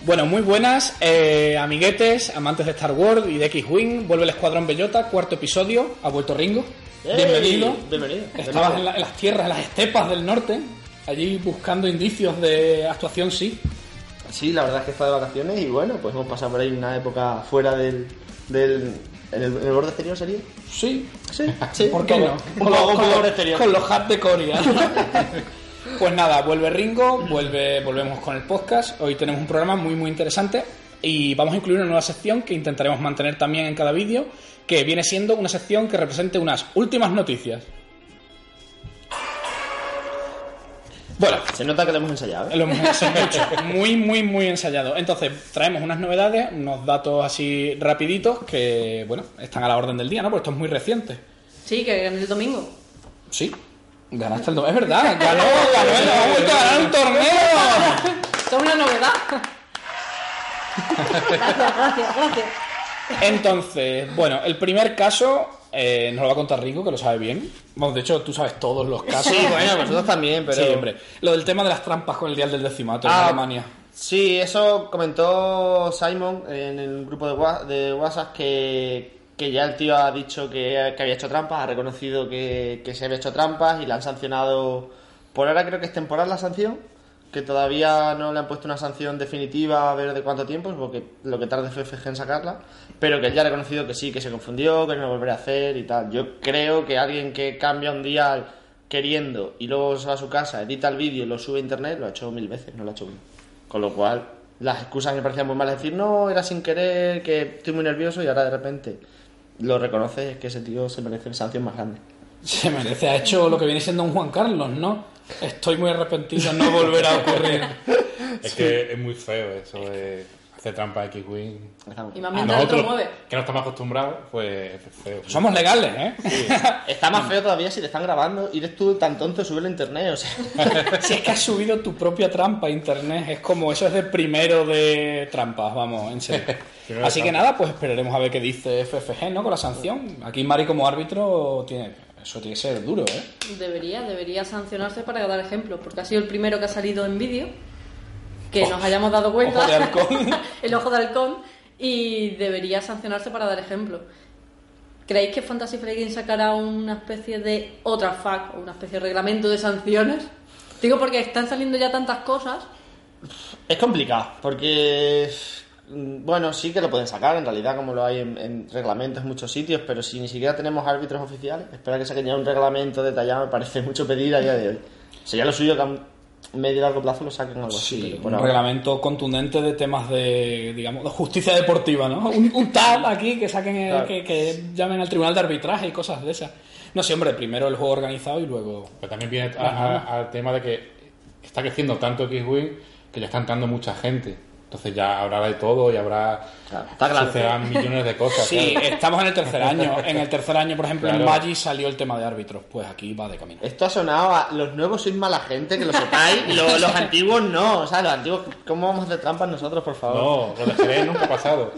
Bueno, muy buenas, eh, amiguetes, amantes de Star Wars y de X-Wing. Vuelve el Escuadrón Bellota, cuarto episodio. Ha vuelto Ringo. ¡Ey! Bienvenido. Bienvenido. Estabas en, la- en las tierras, en las estepas del norte, allí buscando indicios de actuación, sí. Sí, la verdad es que está de vacaciones y bueno, pues hemos pasado por ahí una época fuera del. del en, el, en el borde exterior sería. Sí, Sí, sí. ¿Por qué no? Un poco, un poco borde exterior. con los hats de Coria. pues nada, vuelve Ringo, vuelve, volvemos con el podcast. Hoy tenemos un programa muy muy interesante y vamos a incluir una nueva sección que intentaremos mantener también en cada vídeo, que viene siendo una sección que represente unas últimas noticias. Bueno, Se nota que lo hemos ensayado, ¿eh? lo hemos hecho mucho, muy, muy, muy ensayado. Entonces, traemos unas novedades, unos datos así rapiditos que, bueno, están a la orden del día, ¿no? Porque esto es muy reciente. Sí, que gané el domingo. Sí. Ganaste el domingo. Es verdad, ganó, ganó, el- ha vuelto a ganar un torneo. Esto es una novedad. gracias, gracias, gracias. Entonces, bueno, el primer caso eh, nos lo va a contar Rico, que lo sabe bien. Vamos, de hecho, tú sabes todos los casos. Sí, bueno, nosotros también, pero. Sí, hombre. Lo del tema de las trampas con el dial del decimato en Ah, Alemania. Sí, eso comentó Simon en el grupo de, Wha- de WhatsApp que, que ya el tío ha dicho que, que había hecho trampas, ha reconocido que, que se había hecho trampas y la han sancionado. Por ahora creo que es temporal la sanción, que todavía no le han puesto una sanción definitiva a ver de cuánto tiempo, porque lo que tarde FFG en sacarla, pero que él ya ha reconocido que sí, que se confundió, que no lo volverá a hacer y tal. Yo creo que alguien que cambia un día queriendo y luego se va a su casa, edita el vídeo y lo sube a internet, lo ha hecho mil veces, no lo ha hecho uno. Con lo cual, las excusas me parecían muy malas. Decir, no, era sin querer, que estoy muy nervioso y ahora de repente lo reconoces, es que ese tío se merece sanción más grande. Se merece, ha hecho lo que viene siendo un Juan Carlos, ¿no? Estoy muy arrepentido, no volverá a ocurrir. Es que es muy feo eso de hacer trampa X Wing. Y más A mientras no te lo nosotros, mueves. que no estamos acostumbrados, pues es feo. Somos legales, ¿eh? Está más feo todavía si te están grabando y eres tú tan tonto de subirlo a internet, o sea. Si es que has subido tu propia trampa a internet, es como eso es de primero de trampas, vamos, en serio. Primero de Así que trampas. nada, pues esperaremos a ver qué dice FFG, ¿no? Con la sanción. Aquí Mari como árbitro tiene. Eso tiene que ser duro, ¿eh? Debería, debería sancionarse para dar ejemplos, porque ha sido el primero que ha salido en vídeo, que nos hayamos dado cuenta. ojo de halcón. el ojo de halcón. Y debería sancionarse para dar ejemplo. ¿Creéis que Fantasy Flight Games sacará una especie de otra FAC o una especie de reglamento de sanciones? Digo porque están saliendo ya tantas cosas. Es complicado, porque. mm, Bueno, sí que lo pueden sacar, en realidad, como lo hay en, en reglamentos en muchos sitios, pero si ni siquiera tenemos árbitros oficiales, espera que saquen ya un reglamento detallado, me parece mucho pedir a día de hoy. Sería lo suyo que a un medio y largo plazo lo saquen o algo así. pero por Pues un ahora- reglamento contundente de temas de, digamos, de justicia deportiva, ¿no? Un, un tab aquí que saquen, el- Claro. que, que llamen al tribunal de arbitraje y cosas de esas. No sé, hombre, primero el juego organizado y luego. Pero Pues también viene a- a- al tema de que está creciendo tanto X Wing que ya está entrando mucha gente. Entonces ya habrá de todo y habrá. Claro, está grande. Sucederán millones de cosas. Sí, claro. estamos en el tercer año. En el tercer año, por ejemplo, en Claro. Maggi salió el tema de árbitros. Pues aquí va de camino. Esto ha sonado a los nuevos sois mala gente, que lo sepáis, lo- los antiguos no, o sea, los antiguos, ¿cómo vamos a hacer trampas nosotros, por favor? No, lo dejaré nunca pasado.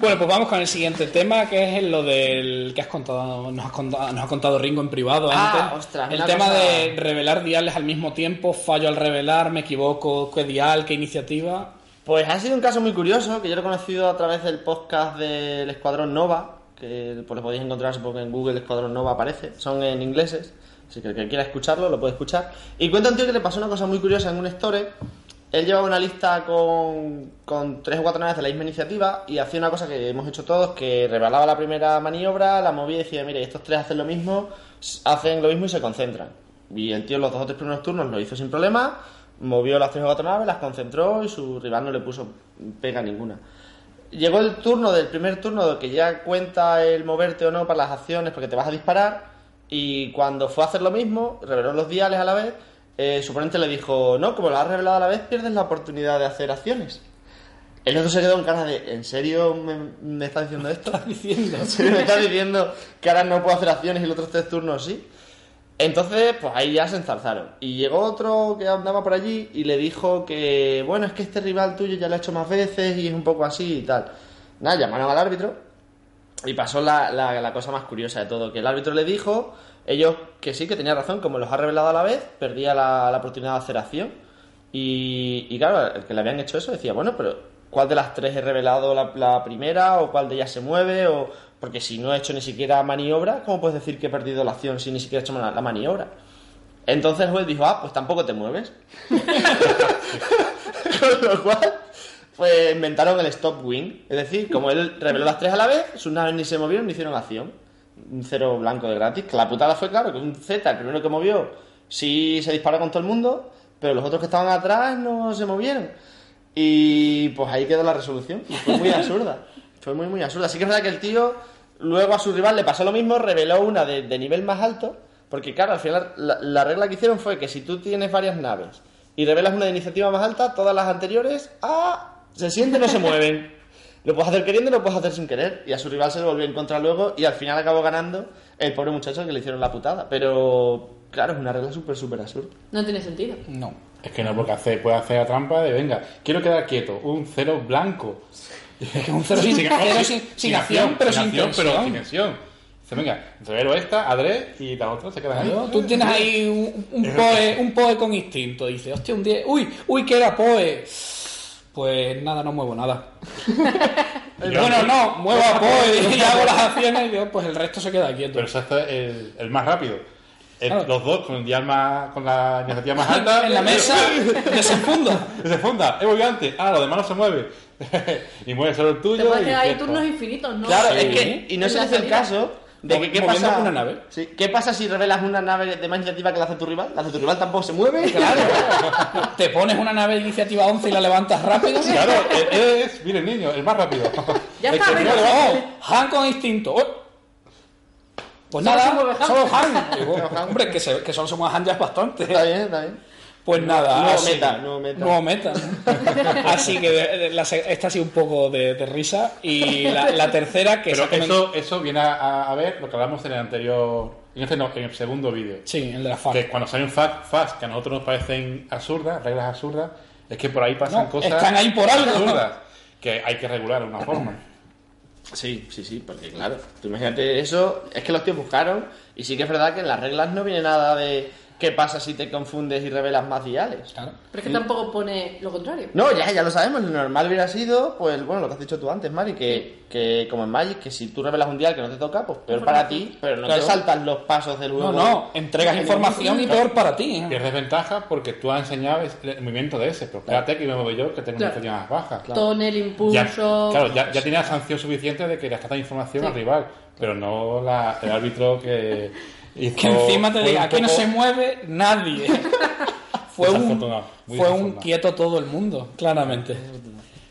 Bueno, pues vamos con el siguiente tema, que es lo del que has contado, nos has contado, nos ha contado Ringo en privado Ah, antes. ostras, el una tema cosa- de revelar diales al mismo tiempo, fallo al revelar, me equivoco, qué dial, qué iniciativa. Pues ha sido un caso muy curioso, que yo lo he conocido a través del podcast del Escuadrón Nova, que pues, lo podéis encontrar supongo que en Google Escuadrón Nova aparece, son en ingleses, así que el que quiera escucharlo lo puede escuchar. Y cuenta un tío que le pasó una cosa muy curiosa en un store, él llevaba una lista con, con tres o cuatro naves de la misma iniciativa y hacía una cosa que hemos hecho todos, que revelaba la primera maniobra, la movía y decía, mire, estos tres hacen lo mismo, s- hacen lo mismo y se concentran. Y el tío los dos o tres primeros turnos lo hizo sin problema, movió las tres o cuatro naves, las concentró y su rival no le puso pega ninguna. Llegó el turno del primer turno que ya cuenta el moverte o no para las acciones porque te vas a disparar. Y cuando fue a hacer lo mismo, reveló los diales a la vez. Eh, su oponente le dijo: No, como lo has revelado a la vez, pierdes la oportunidad de hacer acciones. El otro se quedó en cara de: ¿En serio me, me está diciendo esto? Diciendo. ¿En serio me está diciendo que ahora no puedo hacer acciones y los otros tres turnos sí? Entonces, pues ahí ya se enzarzaron. Y llegó otro que andaba por allí y le dijo que, bueno, es que este rival tuyo ya lo ha hecho más veces y es un poco así y tal. Nada, llamaron al árbitro y pasó la, la- la cosa más curiosa de todo, que el árbitro le dijo, ellos que sí, que tenía razón, como los ha revelado a la vez, perdía la, la oportunidad de hacer acción. Y, y claro, el que le habían hecho eso decía, bueno, pero ¿cuál de las tres he revelado la, la primera? ¿O cuál de ellas se mueve? O, porque si no he hecho ni siquiera maniobra, ¿cómo puedes decir que he perdido la acción si ni siquiera he hecho la, la maniobra? Entonces el juez dijo, ah, pues tampoco te mueves. Con lo cual, pues inventaron el stop win. Es decir, como él reveló las tres a la vez, sus naves ni se movieron ni hicieron acción. Un cero blanco de gratis. Que la putada fue, claro, que un Z, el primero que movió, sí se disparó con todo el mundo, pero los otros que estaban atrás no se movieron. Y pues ahí quedó la resolución. Y fue muy absurda. Fue muy, muy absurda. Así que es verdad que el tío, luego a su rival le pasó lo mismo, reveló una de, de nivel más alto. Porque claro, al final la, la regla que hicieron fue que si tú tienes varias naves y revelas una de iniciativa más alta, todas las anteriores ¡ah! se sienten o se mueven. Lo puedes hacer queriendo, lo puedes hacer sin querer. Y a su rival se lo volvió en contra luego y al final acabó ganando el pobre muchacho al que le hicieron la putada. Pero claro, es una regla súper, súper absurda. No tiene sentido. No. Es que no, porque hace, puede hacer la trampa de venga, quiero quedar quieto, un cero blanco. Es que un cero sin, cero sin- sin acción, pero sin pero tensión. sin tensión. Dice, venga, revelo esta, Adrés y la otra se queda ahí. Claro, Tú tienes ahí un, un poe, un poe con instinto. Dice, hostia, un 10. Uy, uy, que era poe. Pues nada, no muevo nada. Yo- bueno, no, muevo a poe y hago las acciones y digo, pues el resto se queda quieto. Pero eso es el, el más rápido. El- Claro. Los dos con, el dial más- con la iniciativa más alta. eh, en la mesa, eh, desenfundo. Se funda, he movido antes. Ah, lo demás no se mueve. y mueve solo el tuyo. Te puedes y quedar ahí cierto. turnos infinitos, ¿no? Claro, Sí. es que. Y no En se la hace el salida. caso de que, Movi- qué moviendo pasa. una nave. Sí, ¿Qué pasa si revelas una nave de más iniciativa que la hace tu rival? La hace tu rival tampoco se mueve. Te pones una nave de iniciativa 11 y la levantas rápido. Claro, es, es- mire niño, el más rápido. Ya El está, que venga. primero va. Oh, Han con instinto. Oh. Pues Solo nada, se mueve Han. solo Han. Digo, hombre, que, se- que solo somos Han ya es bastante. Está bien, está bien. Pues nada, Nuevo así- meta, nuevo meta. nuevo meta. así que de- de- la se- esta ha sido un poco de, de risa. Y la, la tercera, que Pero se ha comen- eso, eso viene a- a, a ver lo que hablamos en el anterior. En este no, en el segundo vídeo. Sí, el de la FAC. Que cuando salen fa- fast, que a nosotros nos parecen absurdas, reglas absurdas, es que por ahí pasan No, cosas. están ahí por algo. Absurdas, que hay que regular de una forma. Sí, sí, sí, porque claro, tú imagínate eso, es que los tíos buscaron y sí que es verdad que en las reglas no viene nada de qué pasa si te confundes y revelas más diales. Claro. Pero es que tampoco pone lo contrario. No, ya, ya lo sabemos, lo normal hubiera sido, pues bueno, lo que has dicho tú antes, Mari, que, que como en Magic, que si tú revelas un dial que no te toca, pues peor para ti, pero no Claro. te saltas los pasos del No, juego. no, entregas información y peor para ti. ¿eh? Pierdes ventaja porque tú has enseñado es- el movimiento de ese, pero espérate que me muevo yo que tengo una Claro. iniciativa más baja. Tonel, Ya, impulso. claro, ya, ya tiene la sanción suficiente de que le has dado información Sí. al rival, pero no la, el árbitro que. hizo- Que encima te fue diga, un aquí no poco- se mueve nadie. fue un, Desafortunado, fue un muy desafortunado. quieto todo el mundo, claramente.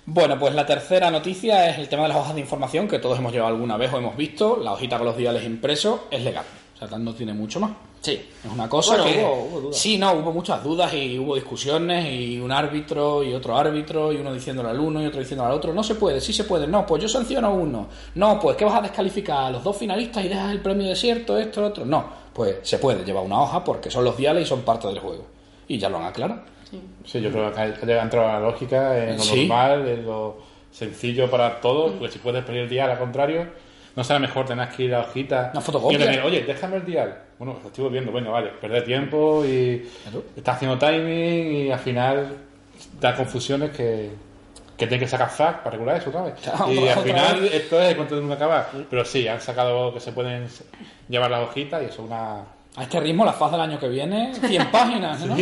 Bueno, pues la tercera noticia es el tema de las hojas de información que todos hemos llevado alguna vez o hemos visto. La hojita con los diales impresos es legal. O sea, tal no tiene mucho más. Sí. Es una cosa Bueno, que... hubo- hubo dudas. Sí, no, hubo muchas dudas y hubo discusiones y un árbitro y otro árbitro y uno diciéndole al uno y otro diciéndole al otro, no se puede, sí se puede, no, pues yo sanciono a uno, no, pues que vas a descalificar a los dos finalistas y dejas el premio desierto, esto, lo otro, no, pues se puede, lleva una hoja porque son los diales y son parte del juego. Y ya lo han aclarado. Sí, yo creo que ha ha entrado la lógica en lo Sí. normal, en lo sencillo para todos, porque si puedes pedir el dial al contrario, no será mejor tener que ir a la hojita. Una fotocopia. Y tener, Oye, déjame el dial. Bueno, pues lo estoy volviendo, bueno, vale, perder tiempo y Claro. estás haciendo timing y al final da confusiones que, que tienes que sacar FAC para regular eso, ¿sabes? Claro, y otra al final vez. esto es cuánto nunca acaba. Pero sí, han sacado que se pueden llevar las hojitas y eso es una... A este ritmo, la faz del año que viene, 100 páginas, ¿no?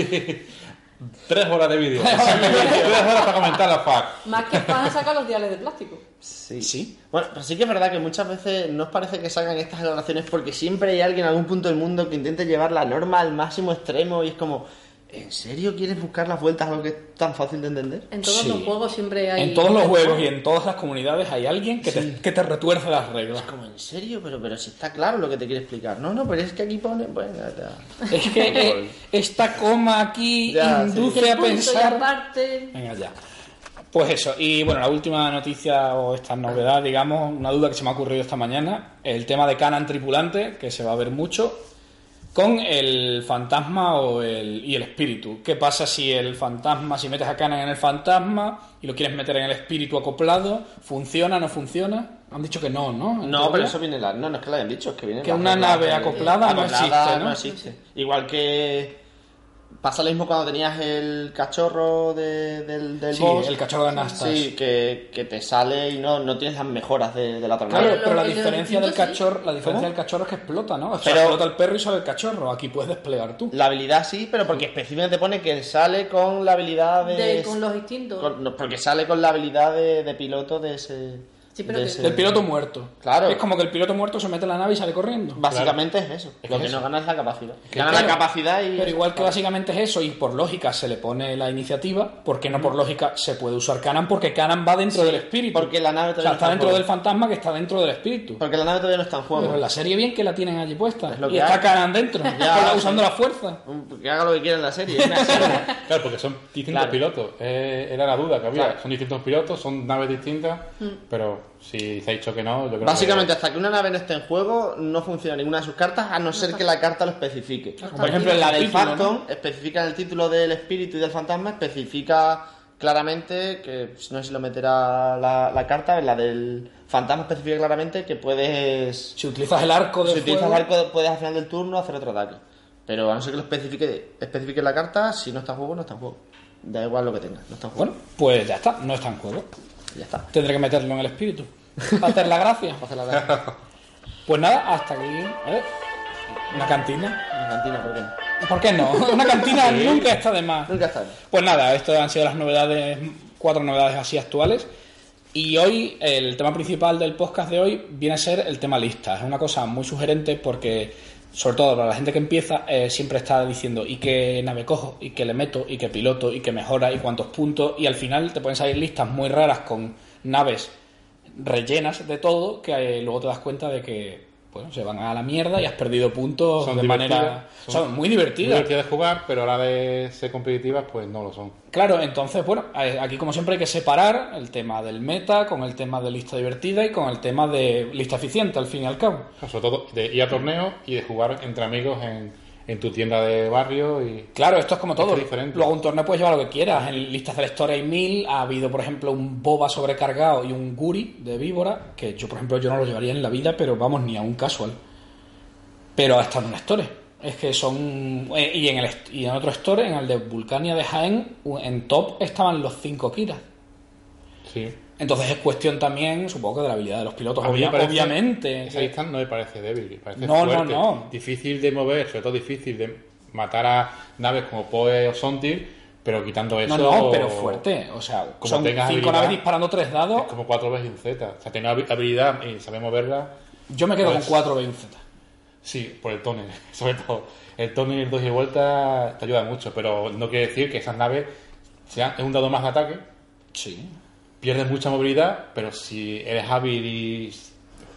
Tres horas de vídeo. Tres horas para comentar la FAC. Más que van a sacar los diales de plástico. Sí. Sí. Bueno, pero sí que es verdad que muchas veces nos parece que sacan estas aclaraciones porque siempre hay alguien en algún punto del mundo que intente llevar la norma al máximo extremo y es como, ¿en serio quieres buscar las vueltas a algo que es tan fácil de entender? En todos Sí. los juegos siempre hay. En todos los juegos y en todas las comunidades hay alguien que, te, que te retuerce las reglas. Como, ¿en serio? Pero, pero si está claro lo que te quiere explicar. No, no, pero es que aquí pone... Bueno, ya. Es que eh, esta coma aquí Ya, induce El a punto y pensar. aparte. Venga ya. Pues eso, y bueno, la última noticia o esta novedad, digamos, una duda que se me ha ocurrido esta mañana, el tema de Canan tripulante, que se va a ver mucho, con el fantasma o el, y el espíritu. ¿Qué pasa si el fantasma, si metes a Canan en el fantasma y lo quieres meter en el espíritu acoplado? ¿Funciona, no funciona? Han dicho que no, ¿no? En No, teoría. pero eso viene la... No, no es que lo hayan dicho, es que viene... Que las una reglas nave de- acoplada no existe, ¿no? existe. Igual que... Pasa lo mismo cuando tenías el cachorro de- del, del Sí, boss. el cachorro de Nastas. Sí, que, que te sale y no, no tienes las mejoras de, de la otra Claro, nave. pero la Pero lo- diferencia lo del distinto, cachorro, la diferencia ¿Cómo? del cachorro es que explota, ¿no? O sea, Pero- explota el perro y sale el cachorro. Aquí puedes desplegar tú. La habilidad sí, pero porque específicamente pone que sale con la habilidad de... De- con los instintos. con- no, porque sale con la habilidad de, de piloto de ese... Sí, pero de que- ese- Del piloto muerto. Claro. Es como que el piloto muerto se mete en la nave y sale corriendo. Básicamente es eso. Es lo que que eso. no gana es la capacidad. que gana la claro. capacidad y... Pero igual que básicamente es eso, y por lógica se le pone la iniciativa, porque no por lógica se puede usar Canan, porque Canan va dentro del espíritu. porque la nave o todavía sea, no está está dentro fuera. del fantasma que está dentro del espíritu. Porque la nave todavía no está en juego. Pero la serie bien que la tienen allí puesta. Es lo Y que está hay. Canan dentro, Ya, con la- sí. usando la fuerza. Un- Que haga lo que quiera en la serie. es una serie. Claro, porque son distintos Claro. pilotos. Eh, era la duda que había. Claro. Son distintos pilotos, son naves distintas, pero si se ha dicho que no, yo creo Básicamente, que... hasta que una nave no esté en juego, no funciona ninguna de sus cartas, a no ser que la carta lo especifique. Como por ejemplo en la la del título, ¿no? Phantom especifica en el título del espíritu y del fantasma, especifica claramente que pues, no sé si lo meterá la, la carta, en la del fantasma especifica claramente que puedes. Si utilizas el arco de Si utilizas el fuego- arco, puedes al final del turno hacer otro ataque. Pero a no ser que lo especifique, especifique la carta, si no está en juego, no está en juego. Da igual lo que tengas, no está en juego. Bueno, pues ya está, no está en juego. ya está. Tendré que meterlo en el espíritu. Para hacer la gracia. Pasa la carta Pues nada, hasta aquí. ¿eh? Una cantina. en la cantina, ¿por qué no? ¿Por qué no? Una cantina nunca está de más. Nunca está bien. Pues nada, estas han sido las novedades, cuatro novedades así actuales. Y hoy, el tema principal del podcast de hoy viene a ser el tema lista. Es una cosa muy sugerente porque, sobre todo para la gente que empieza, eh, siempre está diciendo y qué nave cojo, y qué le meto, y qué piloto, y qué mejora, y cuántos puntos. Y al final te pueden salir listas muy raras con naves rellenas de todo que eh, luego te das cuenta de que bueno, se van a la mierda y has perdido puntos Son de manera... divertidas, son- Son muy Muy divertidas. divertidas de jugar, pero a la de ser competitivas, pues no lo son. Claro, entonces, bueno, eh, aquí como siempre hay que separar el tema del meta con el tema de lista divertida y con el tema de lista eficiente, al fin y al cabo. O sea, Sobre todo de ir a torneos y de jugar entre amigos en, en tu tienda de barrio y... Claro, esto es como todo. que es diferente. Luego un torneo puedes llevar lo que quieras. En listas de historia hay mil. Ha habido, por ejemplo, un boba sobrecargado y un guri de víbora, que yo, por ejemplo, yo no lo llevaría en la vida, pero vamos, ni a un casual. Pero hasta en un store. Es que son... eh, Y en, el, est- y en otro store, en el de Vulcania de Jaén, en top estaban los cinco Kiras. Sí. Entonces es cuestión también, supongo que de la habilidad de los pilotos, A mí me obvia- parece- obviamente. Esa lista no me parece débil, parece No, no, fuerte. no. Difícil de mover, sobre todo difícil de matar a naves como Poe o Sontir, pero quitando eso... No, no, pero fuerte. O sea, Como son cinco tengas habilidad, naves disparando tres dados. Es como cuatro veces en Z. O sea, tiene habi- habilidad y sabe moverla. Yo me quedo pues- con cuatro BZ. Sí, por el tonel, sobre todo. El tonel dos y vuelta te ayuda mucho, pero no quiere decir que esas naves sean es un dado más de ataque, Sí. pierdes mucha movilidad, pero si eres hábil y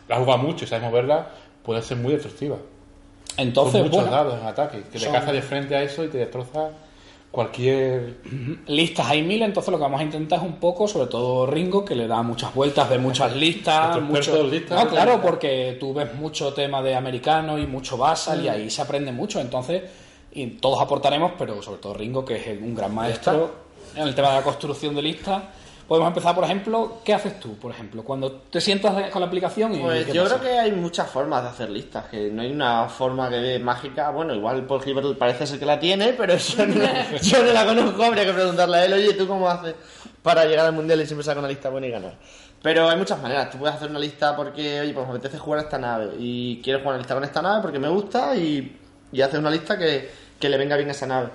la jugas mucho y sabes moverla, puede ser muy destructiva. Son Entonces, muchos bueno, dados en ataque, que son- te caza de frente a eso y te destroza cualquier... listas hay mil, entonces lo que vamos a intentar es un poco, sobre todo Ringo, que le da muchas vueltas, ve muchas listas, Nuestro experto mucho... en listas. no, claro, porque tú ves mucho tema de americano y mucho basal y ahí se aprende mucho, entonces y todos aportaremos, pero sobre todo Ringo, que es un gran maestro en el tema de la construcción de listas. Podemos empezar, por ejemplo, ¿qué haces tú, por ejemplo, cuando te sientas con la aplicación y Pues ¿qué yo pasa? creo que hay muchas formas de hacer listas, que no hay una forma que dé mágica. Bueno, igual Paul Gilbert parece ser que la tiene, pero yo no, la- yo no la conozco, habría que preguntarle a él, oye, ¿tú cómo haces para llegar al mundial y siempre sacar una lista buena y ganar? Pero hay muchas maneras, tú puedes hacer una lista porque, oye, pues me apetece jugar a esta nave y quiero jugar una lista con esta nave porque me gusta y, y haces una lista que, que le venga bien a esa nave.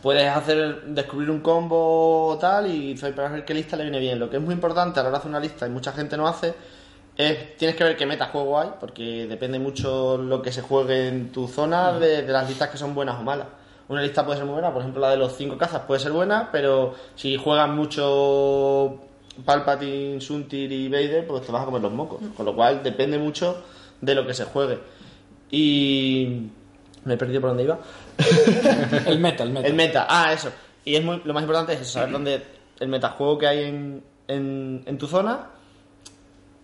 Puedes hacer descubrir un combo o tal y soy para ver qué lista le viene bien. Lo que es muy importante a la hora de hacer una lista y mucha gente no hace es tienes que ver qué metajuego hay porque depende mucho lo que se juegue en tu zona de, de las listas que son buenas o malas. Una lista puede ser muy buena, por ejemplo la de los cinco cazas puede ser buena, pero si juegas mucho Palpatine, Suntir y Vader, pues te vas a comer los mocos. Con lo cual depende mucho de lo que se juegue. Y me he perdido por dónde iba. El meta, el meta. El meta, ah, eso. Y es muy, lo más importante es eso, saber dónde el metajuego que hay en, en, en tu zona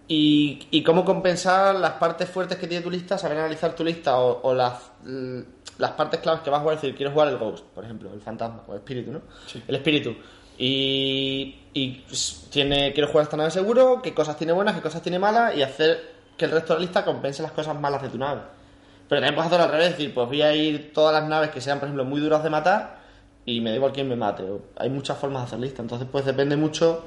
y, y cómo compensar las partes fuertes que tiene tu lista, saber analizar tu lista o, o las, l- las partes claves que vas a jugar. Es decir, quiero jugar el Ghost, por ejemplo, el fantasma o el espíritu, ¿no? El espíritu. Y, y pues, tiene, quiero jugar esta nave seguro, qué cosas tiene buenas, qué cosas tiene malas y hacer que el resto de la lista compense las cosas malas de tu nave. Pero también puedes hacerlo al revés, es decir, pues voy a ir todas las naves que sean, por ejemplo, muy duras de matar y me da igual quién me mate. O- Hay muchas formas de hacer lista, entonces pues depende mucho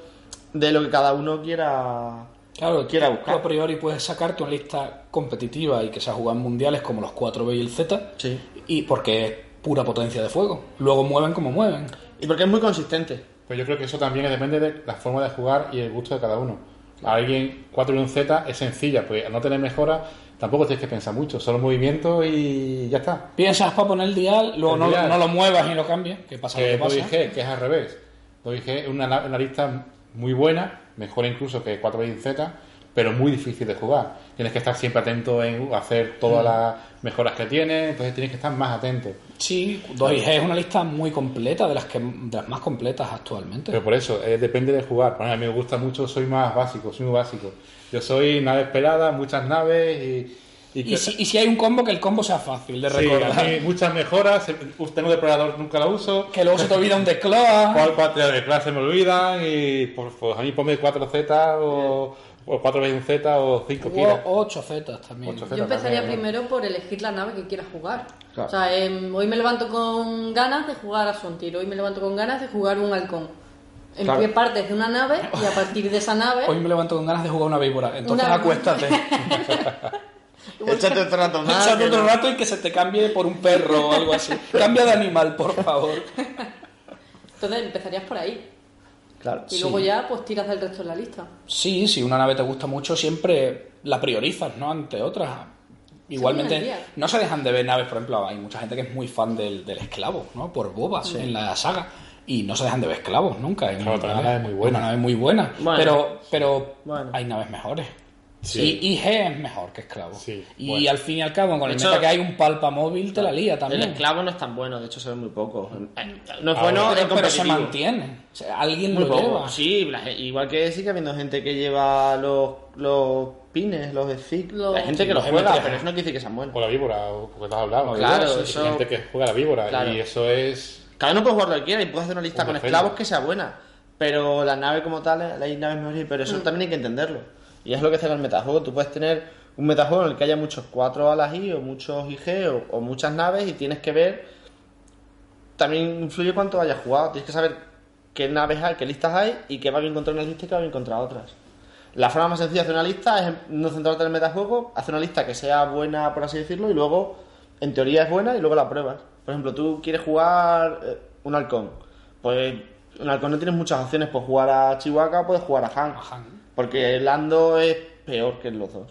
de lo que cada uno quiera... Claro, quiera tú- tú a buscar. priori puedes sacarte una lista competitiva y que se ha jugado en mundiales como los 4B y el Z, Sí. y porque es pura potencia de fuego. Luego mueven como mueven. Y porque es muy consistente. Pues yo creo que eso también depende de la forma de jugar y el gusto de cada uno. A alguien 4 y un Z es sencilla, porque al no tener mejora tampoco tienes que pensar mucho, solo movimiento y ya está. Piensas para poner el dial, luego El no, dial. no lo muevas y lo cambias, que pasa lo Que que no pasa. dije, Eh, que es al revés. No dije, es una, na- una lista muy buena, mejor incluso que 4 y un Z, pero muy difícil de jugar. Tienes que estar siempre atento en hacer Mm. todas las mejoras que tienes, entonces tienes que estar más atento. Sí, 2IG es una lista muy completa, de las que de las más completas actualmente. Pero por eso, eh, depende de jugar. Por ejemplo, a mí me gusta mucho, soy más básico, soy muy básico. Yo soy naves peladas, muchas naves y... y, si, y si hay un combo, que el combo sea fácil de Sí, recordar. a mí muchas mejoras. el- Usted no depredador nunca la uso. Que luego se te olvida un descloa. ¿Cuál patria de clase me olvidan? Y por, pues a mí ponme 4Z o, o 4 veces un Z o 5 kilos. O 8 zetas también. Ocho zetas. Yo empezaría también, ¿no? primero por elegir la nave que quiera jugar. Claro. O sea, em, hoy me levanto con ganas de jugar a Sontir, hoy me levanto con ganas de jugar un halcón. En Claro. qué partes de una nave y a partir de esa nave Hoy me levanto con ganas de jugar una víbora. Entonces Una- acuéstate. Échate otro rato más. Échate que otro no- rato y que se te cambie por un perro o algo así. Cambia de animal, por favor. Entonces empezarías por ahí. Claro. Y luego ya pues tiras del resto de la lista. Sí, si una nave te gusta mucho, siempre la priorizas, ¿no? Ante otras. al Igualmente, día. no se dejan de ver naves, por ejemplo, hay mucha gente que es muy fan del, del esclavo, ¿no? Por bobas en la saga. Y no se dejan de ver esclavos nunca. Es Claro, una pero la nave es muy buena. Una nave muy buena. Bueno. pero pero Bueno. hay naves mejores. Sí. Y IG es mejor que esclavo. Sí, y bueno. al fin y al cabo, con De el hecho- meta que hay un palpa móvil, te la lía también. El esclavo no es tan bueno, de hecho se ve muy poco. Eh, No es Ah, bueno, bueno. en pero, pero se competitivo. mantiene. O sea, alguien Muy lo poco, lleva. sí, la ge- igual que sigue habiendo gente que lleva los, los pines, los stick, Los- hay gente que Sí, los los juega, M3. pero eso no quiere decir que sean buenos. O la víbora, o porque te has hablado. Claro, Hay eso- gente que juega a la víbora Claro. y eso es... Cada uno puede jugar lo que quiera y puedes hacer una lista Un con defecto. esclavos que sea buena, pero la nave como tal, hay naves mejores, pero eso también hay que entenderlo. Y es lo que hace el metajuego, tú puedes tener un metajuego en el que haya muchos 4 alas I o muchos IG o, o muchas naves y tienes que ver, también influye cuánto hayas jugado, tienes que saber qué naves hay, qué listas hay y qué va bien contra una lista y qué va bien contra otras. La forma más sencilla de hacer una lista es no centrarte en el metajuego, hacer una lista que sea buena, por así decirlo, y luego, en teoría es buena, y luego la pruebas. Por ejemplo, tú quieres jugar eh, un halcón. Pues un halcón no tienes muchas opciones. Puedes jugar a Chihuahua, puedes jugar a Han. A Han. Porque Lando es peor que los dos.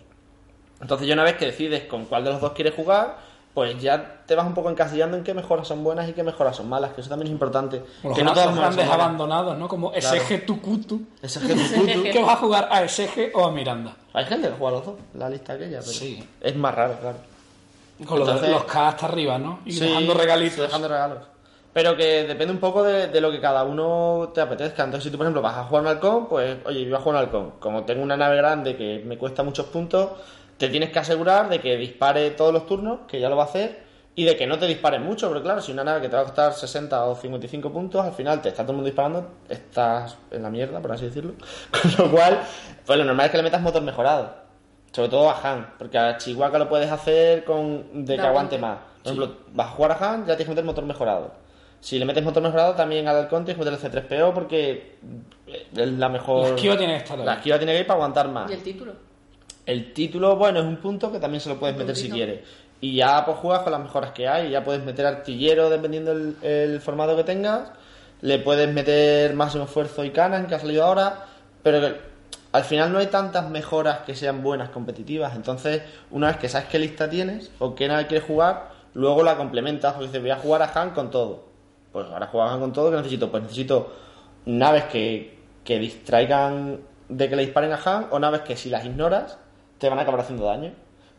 Entonces, ya una vez que decides con cuál de los dos quieres jugar, pues ya te vas un poco encasillando en qué mejoras son buenas y qué mejoras son malas, que eso también es importante. Como Los que no todas grandes, las mejoras son malas. abandonados, ¿no? Como SG Tucutu. Eso es que tú- tú- tú- ¿Qué vas a jugar a SG o a Miranda? Hay gente que juega a los dos, la lista aquella, pero Sí. es más raro, claro. Con los- Entonces- los K hasta arriba, ¿no? Y Sí, dejando regalitos. Dejando regalos. Pero que depende un poco de, de lo que cada uno te apetezca. Entonces, si tú, por ejemplo, vas a jugar un halcón, pues, oye, yo voy a jugar un halcón. Como tengo una nave grande que me cuesta muchos puntos, te tienes que asegurar de que dispare todos los turnos, que ya lo va a hacer, y de que no te disparen mucho. Porque claro, si una nave que te va a costar 60 o 55 puntos, al final te está todo el mundo disparando, estás en la mierda, por así decirlo. Con lo cual, pues lo normal es que le metas motor mejorado. Sobre todo a Han, porque a Chihuahua lo puedes hacer con de que Da aguante aguante. más. Por ejemplo, vas a jugar a Han, ya tienes que meter motor mejorado. Si le metes motor mejorado, también al Halcón tienes que meter el C3PO porque es la mejor. La esquiva tiene que estar ahí. La esquiva tiene que ir para aguantar más. Y el título. El título, bueno, es un punto que también se lo puedes Un meter si puntito. quieres. Y ya pues juegas con las mejoras que hay, ya puedes meter artillero dependiendo el, el formato que tengas, le puedes meter máximo esfuerzo y canan que ha salido ahora, pero que al final no hay tantas mejoras que sean buenas competitivas, entonces una vez que sabes qué lista tienes o qué nave quieres jugar, luego la complementas, porque dices voy a jugar a Han con todo. Pues ahora juegas a Han con todo, que necesito? Pues necesito naves que, que distraigan de que le disparen a Han o naves que si las ignoras te van a acabar haciendo daño.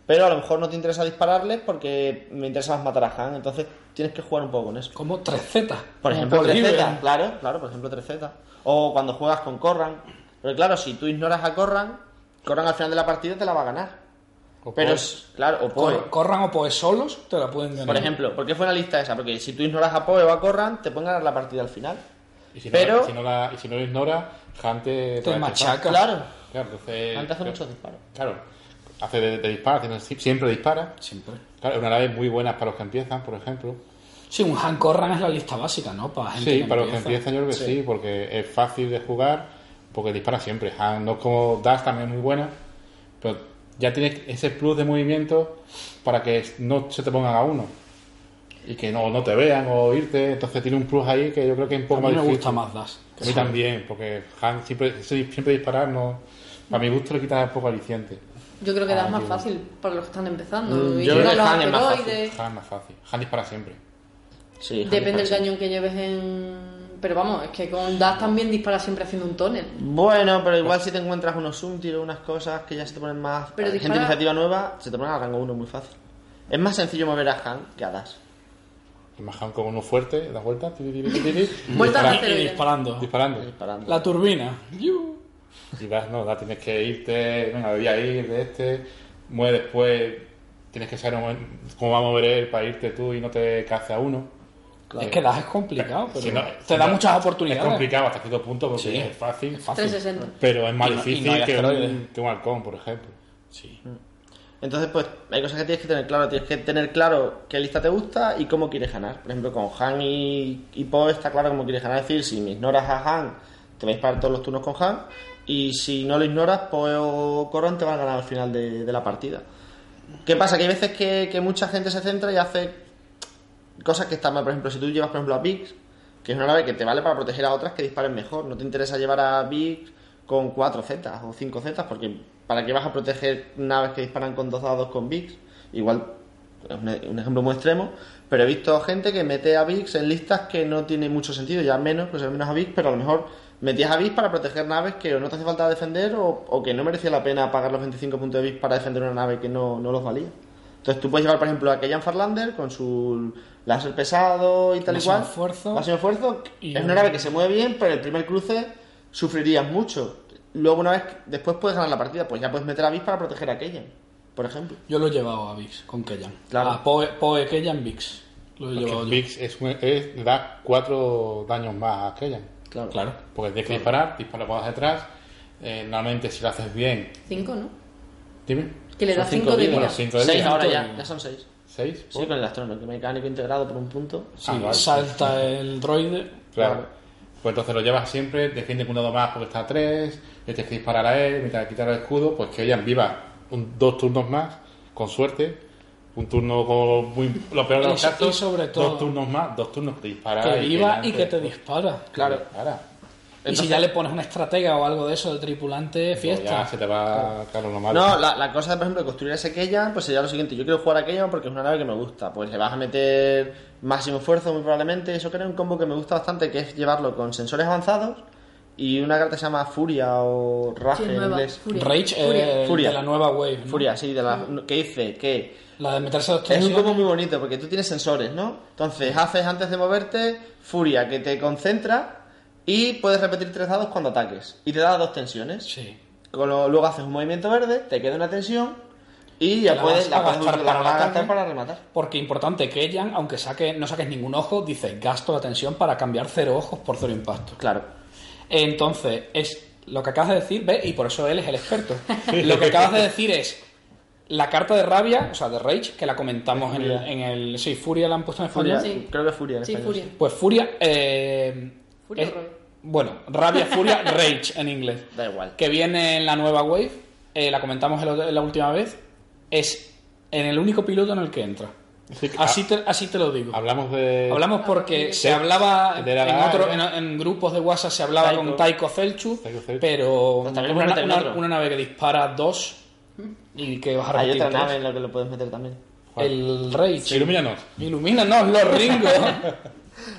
Pero a lo mejor no te interesa dispararles porque me interesa más matar a Han, entonces tienes que jugar un poco con eso. Como 3Z. Por ejemplo, 3Z, Z claro, claro, por ejemplo 3Z. O cuando juegas con Corran. Pero claro, si tú ignoras a Corran, Corran al final de la partida te la va a ganar. o Pero, pues, s- claro, o Poe. corran o pues solos, te la pueden ganar. Por ejemplo, ¿por qué fue la lista esa? Porque si tú ignoras a Poe o a Corran, te pueden ganar la partida al final. y si no, pero- y si no la- y si no lo ignora, Hunt te... Te machaca. Claro, Claro, entonces... Han te hace pero- muchos disparos. Claro. hace de, de disparar, tiene- siempre dispara. Siempre. Claro, es una nave muy buena para los que empiezan, por ejemplo. Sí, un Hank Corran es la lista básica, ¿no? Para gente Sí, que para los que empiezan yo creo que sí. porque es fácil de jugar, porque dispara siempre. Han, no es como Dash también es muy buena, pero ya tienes ese plus de movimiento para que no se te pongan a uno. Y que no, no te vean o irte, entonces tiene un plus ahí que yo creo que es un A poco mí más me difícil. gusta más Dash. A mí también, porque Han siempre, siempre disparar no... A mi gusto le quita un poco aliciente. Yo creo que Ah, das más yo- fácil para los que están empezando. Mm, Y yo no creo que los Han es más fácil. asteroides. Han es más fácil. Han dispara siempre. Sí, Depende del Hanifan, sí. cañón que lleves en. Pero vamos, es que con Dash también dispara siempre haciendo un tonel. Bueno, pero igual si te encuentras unos zoom, tiro unas cosas que ya se te ponen más. Pero para gente dispara- iniciativa nueva, se te ponen al rango 1 muy fácil. Es más sencillo mover a Han que a Dash. Además Han con uno fuerte, da vueltas, tiri, tiri, tiri, tiri, y Vueltas dispara- de Y disparando. disparando. Disparando. La turbina. Yu. Y vas, no, da, tienes que irte, venga, voy a ir de este, mueve después, tienes que saber mover- cómo va a mover él para irte tú y no te cace a uno. Es que Dash es complicado, pero Si no- te si da no, muchas Es oportunidades. complicado hasta cierto punto porque Sí. es fácil, Es fácil. 360. pero es Y más no- y no difícil hay que, un, asteroides. que un halcón, por ejemplo. Sí. Entonces, pues, hay cosas que tienes que tener claro. Tienes que tener claro qué lista te gusta y cómo quieres ganar. Por ejemplo, con Han y, y Po está claro cómo quieres ganar. Es decir, si me ignoras a Han, te vais a disparar todos los turnos con Han. Y si no lo ignoras, Po o Corran te van a ganar al final de, de la partida. ¿Qué pasa? Que hay veces que, que mucha gente se centra y hace cosas que están mal. Por ejemplo, si tú llevas, por ejemplo, a Vix, que es una nave que te vale para proteger a otras que disparen mejor. No te interesa llevar a Vix con 4 Z o 5 Z, porque ¿para qué vas a proteger naves que disparan con dos dados con Vix? Igual, es un, e, un ejemplo muy extremo, pero he visto gente que mete a Vix en listas que no tiene mucho sentido, ya menos, pues menos a Vix, pero a lo mejor metías a Vix para proteger naves que o no te hace falta defender o, o que no merecía la pena pagar los 25 puntos de Vix para defender una nave que no, no los valía. Entonces tú puedes llevar, por ejemplo, a Kellyan Farlander con su láser pesado y tal y Máximo cual. esfuerzo. Máximo esfuerzo. Y- Es una nave que se mueve bien, pero el primer cruce sufrirías mucho. Luego, una vez después puedes ganar la partida, pues ya puedes meter a Vix para proteger a Kellyan, por ejemplo. Yo lo he llevado a Vix con Kellan. Claro. A Poe, Poe Kellan, Vix. Lo he Porque llevado yo. Vix es, un- es- le da cuatro daños más a Kellan. Claro. Claro. Porque tienes que disparar, dispara por detrás. eh, normalmente si lo haces bien, 5, ¿no? dime, Que le Son da cinco 5 de días. vida. Bueno, cinco de Seis vida. ahora Cinco de ya, vida. ya son seis. seis. Sí, con el astrónomo, mecánico integrado por un punto. Sí, Ah, vale. salta el droide. Claro. Claro. Pues entonces lo llevas siempre, defiende con un dado más porque está a 3, le tienes que disparar a él, mientras le quitas el escudo, pues que hayan viva un- dos turnos más, con suerte. Un turno con muy, lo peor de los Y so- casos, y sobre todo- dos turnos más, dos turnos que te pues disparan. Que viva ya y que te dispara. dispara. Claro. Dispara. Y si Entonces- ya le pones una estratega o algo de eso de tripulante, Pues Ya fiesta. se te va, claro, lo malo. No, la, la cosa, por ejemplo, de construir ese Keyan, pues sería lo siguiente. Yo quiero jugar a Keyan porque es una nave que me gusta. Pues le vas a meter máximo esfuerzo, muy probablemente. Eso creo un combo que me gusta bastante, que es llevarlo con sensores avanzados y una carta que se llama Furia o Rage Sí, en nueva. inglés. Furia. Rage eh, Furia. Furia. de la nueva wave. ¿no? Furia, sí, de la, que dice que La de meterse a dos Es un tensiones. combo muy bonito porque tú tienes sensores, ¿no? Entonces haces antes de moverte furia que te concentra y puedes repetir tres dados cuando ataques. Y te da dos tensiones. Sí. Con lo- luego haces un movimiento verde, te queda una tensión y ya la puedes vas a la puedes gastar para usar- la vas a matar, gastar ¿no? para rematar. Porque importante, Kellan, aunque saque, no saques ningún ojo, dice gasto la tensión para cambiar cero ojos por cero impacto. Claro. Entonces, es lo que acabas de decir, ¿ves? Y por eso él es el experto. Lo que acabas de decir es la carta de rabia, o sea, de Rage, que la comentamos en el, en el- Sí, Furia la han puesto en Furia, español. Sí. creo que furia en Sí, español, Furia. Pues Furia. eh, Furia, es- Roy. bueno, Rabia, Furia, Rage en inglés. Da igual. Que viene en la nueva Wave. eh, la comentamos el otro- la última vez. Es en el único piloto en el que entra. Sí, que- ah, Así te, así te lo digo. Hablamos de. Hablamos porque se hablaba de la en, otro- en, Gaia. en grupos de WhatsApp se hablaba Taiko. con Taiko Celchu, Taiko Celchu. pero Pues también una, puedes meter una- otro. una nave que dispara dos y que vas a Hay repetir otra tres. nave en la que lo puedes meter también. El Rage. Sí, Ilumínanos. Ilumínanos los ringos.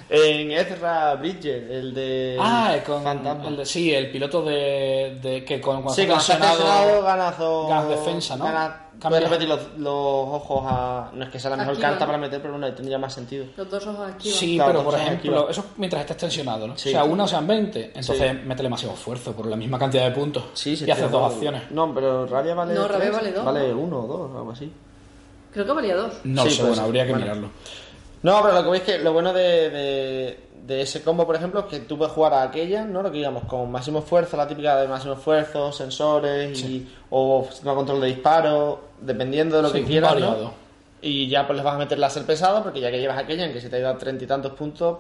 En Ezra Bridger, el de ah, con Fantasma. el de- sí, el piloto de, de- que con cuando Sí, está cuando estás tensionado- tensionado ganas o... ganas defensa, ¿no? ganas- Cambia. puedes repetir los, los ojos a... No es que sea la mejor Aquí, carta ¿no? para meter, pero una tendría más sentido. Los dos ojos aquí. Sí, Claro, pero por entonces ejemplo, aquí va. eso mientras estés tensionado, ¿no? Sí. O sea, una o sean 20, entonces Sí. métele demasiado esfuerzo por la misma cantidad de puntos se y haces tira dos dos. acciones. No, pero rabia vale No, tres, rabia vale dos, Vale uno o dos, algo así. Creo que valía dos. No Sí, sé, puede bueno, ser. habría que Bueno. mirarlo. No, pero lo que veis que lo bueno de, de, de ese combo, por ejemplo, que tú puedes jugar a aquella, ¿no? Lo que digamos, con máximo esfuerzo, la típica de máximo esfuerzo, sensores, y, o sistema de control de disparo, dependiendo de lo Sí, que quieras, variado. ¿no? Y ya pues les vas a meter láser pesado, porque ya que llevas aquella, en que si te da treinta y tantos puntos,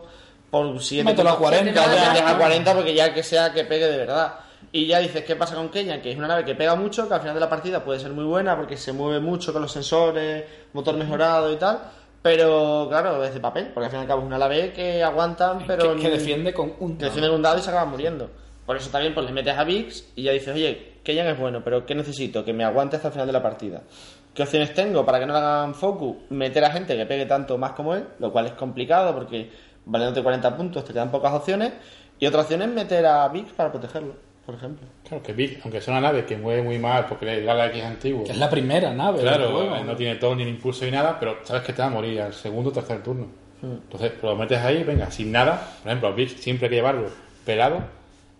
por siete Mételo a puntos, 40, ya, ya, ya, ya. a 40, porque ya que sea que pegue de verdad. Y ya dices, ¿qué pasa con Kenyan? Que es una nave que pega mucho, que al final de la partida puede ser muy buena porque se mueve mucho con los sensores, motor mejorado y tal. Pero claro, es de papel, porque al fin y al cabo es una nave que aguantan, pero. que, que ni- defiende con un que defienden un dado y se acaban muriendo. Por eso también pues le metes a Vix y ya dices, oye, Kenyan es bueno, pero ¿qué necesito? Que me aguante hasta el final de la partida. ¿Qué opciones tengo para que no le hagan focus? Meter a gente que pegue tanto o más como él, lo cual es complicado porque valiéndote 40 puntos te quedan pocas opciones. Y otra opción es meter a Vix para protegerlo, por ejemplo. Claro, que Big, aunque sea una nave que mueve muy mal porque el ala X es antiguo, Que es la primera nave. claro, del juego. eh, no tiene todo ni el impulso ni nada, pero sabes que te va a morir al segundo o tercer turno. Entonces, lo metes ahí, venga, sin nada. Por ejemplo, a Big siempre hay que llevarlo pelado.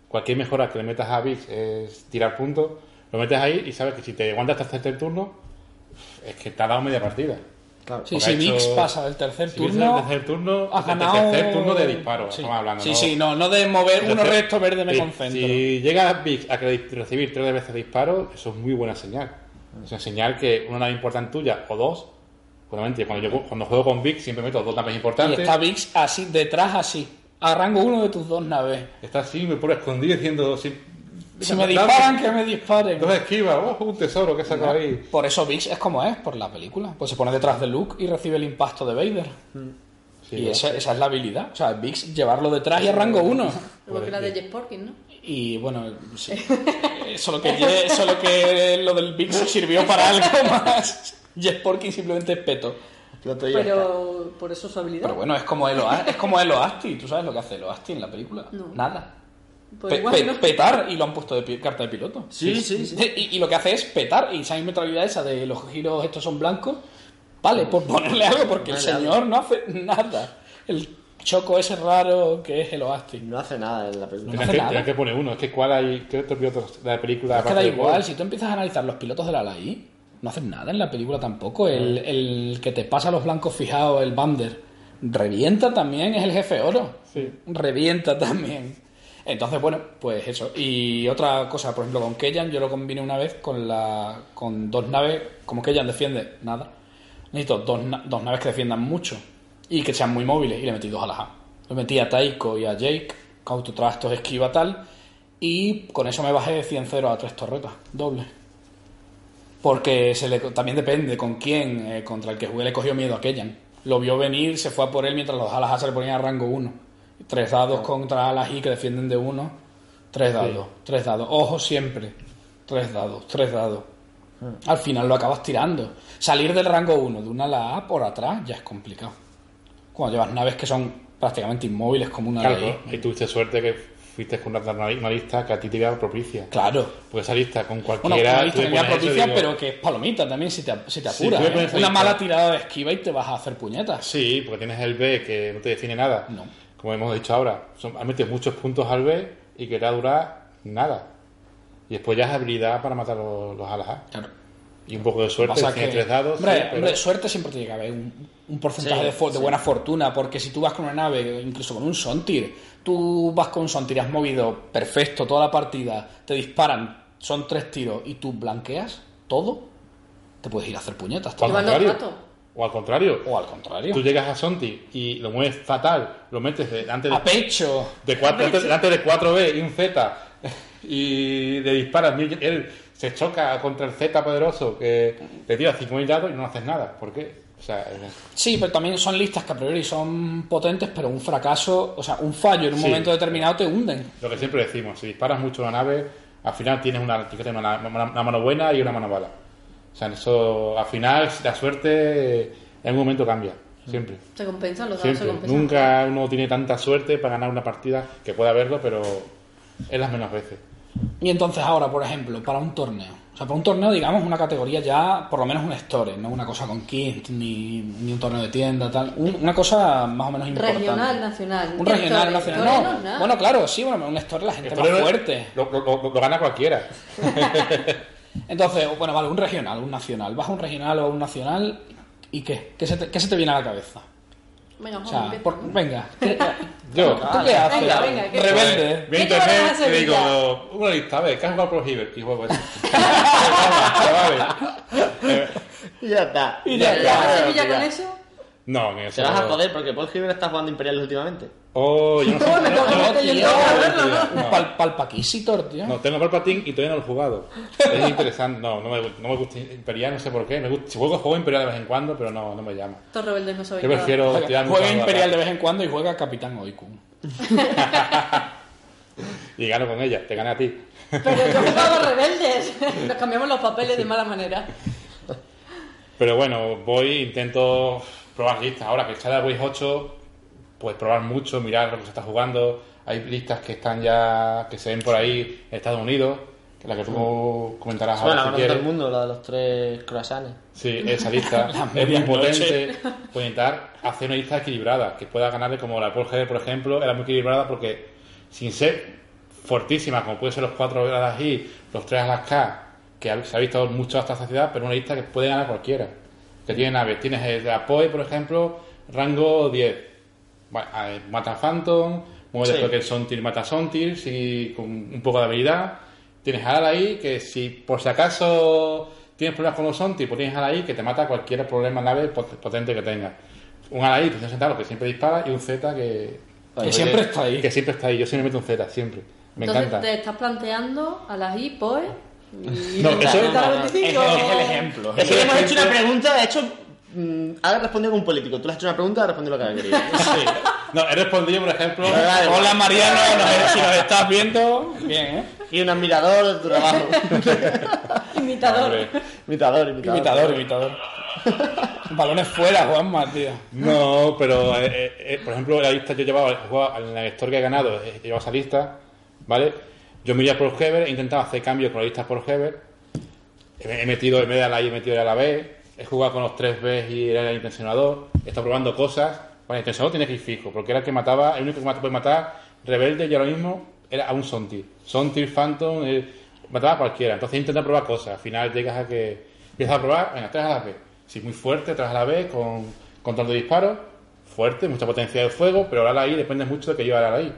Cualquier mejora que le metas a Big es tirar puntos. Lo metes ahí y sabes que si te aguantas hasta el tercer turno, es que te ha dado media partida. Claro. Sí, Porque si ha hecho- Vix pasa del tercer Si turno. piensas en el tercer turno, ha el ganado. tercer turno de disparo, Sí, estamos hablando. sí, sí, no, no de mover uno Entonces, recto verde me si- concentro. Si llega Big a cre- recibir tres veces disparos, eso es muy buena señal. Es una señal que una nave importante tuya o dos. Fundamentalmente, cuando, yo, cuando juego con Big siempre meto dos naves Y importantes. está Vix así, detrás así. Arranco uno de tus dos naves. Está así, me pone escondido diciendo. Si, Si me disparan, que me disparen. Entonces esquiva, oh, un tesoro que saco ahí. Por eso Vix es como es, por la película. Pues se pone detrás de Luke y recibe el impacto de Vader. y Sí, bueno. esa, esa es la habilidad. O sea, Vix llevarlo detrás y arranco uno. Igual que la de Jeff Porkins, ¿no? Y bueno, sí. Eh, solo, que, lle- solo que lo del Vix sirvió para algo más. Jeff Porkins simplemente es peto. Piloto y ya está. Pero por eso su habilidad. Pero bueno, es como el, Oa- es como el Oasti. ¿Tú sabes lo que hace el Oasti en la película? No. Nada. Pues Pe- igual, pe- ¿no? Petar y lo han puesto de pi- carta de piloto. Sí, sí, sí. Y, y lo que hace es petar. Y esa mentalidad esa de los giros estos son blancos. Vale, por ponerle algo, porque el Ponerle señor no hace nada. El choco ese raro que es el Oasti. No hace nada en la No película. Tienes hace que, nada. tienes que poner uno. Es que cuál hay. ¿Qué otro piloto de la película? Es que aparte da de igual, Paul? si tú empiezas a analizar los pilotos de la LAI, no hacen nada en la película tampoco. El, Ah. el que te pasa los blancos fijados, el Bander, revienta también, es el jefe oro. Sí. Revienta también. Entonces, bueno, pues eso. Y otra cosa, por ejemplo, con Keyan, yo lo combiné una vez con la con dos naves, como Keyan defiende, nada. Necesito dos, na- dos naves que defiendan mucho y que sean muy móviles. Y le metí dos a la JAM. Le metí a Taiko y a Jake, autotrastos, esquiva, tal. Y con eso me bajé de 100-0 a tres torretas, doble. Porque se le, también depende con quién, eh, contra el que jugué le cogió miedo a Kellan. Lo vio venir, se fue a por él mientras los alas A se le ponían a rango 1. Tres dados contra alas I que defienden de uno. Tres dados, tres dados. Ojo siempre. Tres dados, tres dados. Al final lo acabas tirando. Salir del rango 1 de una ala A por atrás ya es complicado. Cuando llevas naves que son prácticamente inmóviles como una Claro, de ahí. ahí tuviste suerte que fuiste con una, una lista que a ti te iba propicia. Claro. Pues esa lista con Bueno, cualquiera. una tú lista le que tenía pones eso y propicia, digo, pero que es palomita también si te, si te Sí, apuras. tú le ¿eh? pones esa Una lista. mala tirada de esquiva y te vas a hacer puñetas. Sí, porque tienes el B que no te define nada. No. Como hemos dicho ahora, son, has metido muchos puntos al B y que te va a durar nada. Y después ya es habilidad para matar los, los alas A. Claro. Y un poco de suerte, Pasa tienes que- tres dados. hombre, sí, pero- hombre, suerte siempre tiene que haber un, un porcentaje Sí, de, fu- de sí. buena fortuna, porque si tú vas con una nave, incluso con un Sontir, tú vas con un Sontir, has movido perfecto toda la partida, te disparan, son tres tiros y tú blanqueas todo, te puedes ir a hacer puñetas. o, al también. Llevando contrario, rato. o al contrario, O al contrario, tú llegas a Sonti y lo mueves fatal, lo metes de- antes de a pecho. De cuatro, antes, antes de 4B y un Z y le disparas, mil- él se choca contra el Z poderoso que le tira 5.000 dados y no haces nada. ¿Por qué? O sea, eh, Sí, pero también son listas que a priori son potentes, pero un fracaso, o sea, un fallo en un Sí. momento determinado te hunden. lo que siempre decimos, si disparas mucho una nave, al final tienes una, tienes una, na- una- una mano buena y una mano mala. O sea, eso, al final la suerte eh, en un momento cambia, siempre. Se compensan los dados, se Siempre. compensan. Nunca uno tiene tanta suerte para ganar una partida que pueda verlo, pero es las menos veces. Y entonces ahora, por ejemplo, para un torneo. O sea, para un torneo, digamos, una categoría ya, por lo menos un store, no una cosa con kit, ni, ni un torneo de tienda, tal. Un- una cosa más o menos importante. Regional, nacional. Un regional, Store, nacional. store, No, no, nada. bueno, claro, sí, bueno, un store la gente Esto más lo- fuerte. Lo, lo- lo- lo gana cualquiera. Entonces, bueno, vale, un regional, un nacional. Vas a un regional o a un nacional y ¿qué? ¿Qué se te, qué se te viene a la cabeza? Venga, O Juan, sea, empieza. por- venga. Yo. ¿Tú qué haces? Venga, venga, que- Rebelde. Voy a ¿Qué te vas a internet y hacer digo, una lista, a ver, ¿qué has jugado por Hiver? Y juego eso. Chavales. Y ya está. Y ya ¿Te está. vas a ya, Sevilla ya. con eso? No, en eso. Te vas a no. joder porque Paul Gilbert está jugando Imperiales últimamente. Oh, yo no sé. me tengo que no, meter yo tío, en todo, no, verlo, tío, Un no. pal palpaquisitor, tío. No, tengo Palpatine y todavía no lo he jugado. Es interesante. No, no me, gu- no me gusta Imperial, no sé por qué. Me gusta, si juego, juego Imperial de vez en cuando, pero no, no me llama. Estos rebeldes no sabéis Yo prefiero Juega- tirarme juega un rato Imperial de atrás vez en cuando y juega Capitán Oikun. Y gano con ella, te gana a ti. nada. Pero yo jugaba rebeldes. Nos cambiamos los papeles de mala manera. Pero bueno, voy, intento probar listas. Ahora que está la Wii 8, pues probar mucho, mirar lo que se está jugando. Hay listas que están ya, que se ven por ahí en Estados Unidos, que la que tú comentarás bueno, la ahora conozco si todo quieres. el mundo, la de los tres croissants. Sí, esa lista es muy medianoche. potente. Voy a intentar hacer una lista equilibrada, que pueda ganarle como la Paul Heller, por ejemplo, era muy equilibrada porque sin ser fortísima, como puede ser los cuatro a las I, los tres a las K, que se ha visto mucho hasta esta ciudad, pero una lista que puede ganar cualquiera. Que tiene naves, tienes el Apoe, por ejemplo, rango 10. Bueno, a ver, Mata Phantom, mueve Sí. después que el Sontir mata Sontir, si con un poco de habilidad. Tienes a Alaí, que si por si acaso tienes problemas con los Sontir, pues tienes a Alaí que te mata cualquier problema nave pot- potente que tengas. Un Alaí, pues sentado, que siempre dispara, y un Z que. Que siempre está ahí. Que siempre está ahí. Yo siempre meto un Z, siempre. Me Entonces encanta. te estás planteando a las I, POE. y- No, eso es- Está la 25. Es que le hemos hecho una pregunta, de hecho, mm, ha respondido como un político. Tú le has hecho una pregunta, ha respondido lo que ha querido. Sí. No, he respondido, por ejemplo. Vale, vale. Hola Mariano, no, si nos estás viendo. Bien, ¿eh? Y un admirador de tu trabajo. Imitador. Hombre. imitador, imitador. Imitador, imitador. Balones fuera, Juanma, tío. No, pero eh, eh, eh, por ejemplo, la lista yo llevaba, jugaba- en la store que he ganado, eh, llevaba esa lista, ¿vale? Yo me iba por Heber, he intentado hacer cambios con la lista por Heber, he, he metido en vez de la I, he metido la B, he jugado con los 3 B y era el intencionador, he estado probando cosas. Bueno, el intencionador tiene que ir fijo, porque era el que mataba, el único que mat- puede matar rebelde y ahora mismo era a un Sontir. Sontir, Phantom, eh, mataba a cualquiera. Entonces intenta probar cosas, al final llegas a que empiezas a probar, venga, traes a la B. Si muy fuerte, traes a la B con control de disparos, fuerte, mucha potencia de fuego, pero ahora la I depende mucho de que yo haga la I.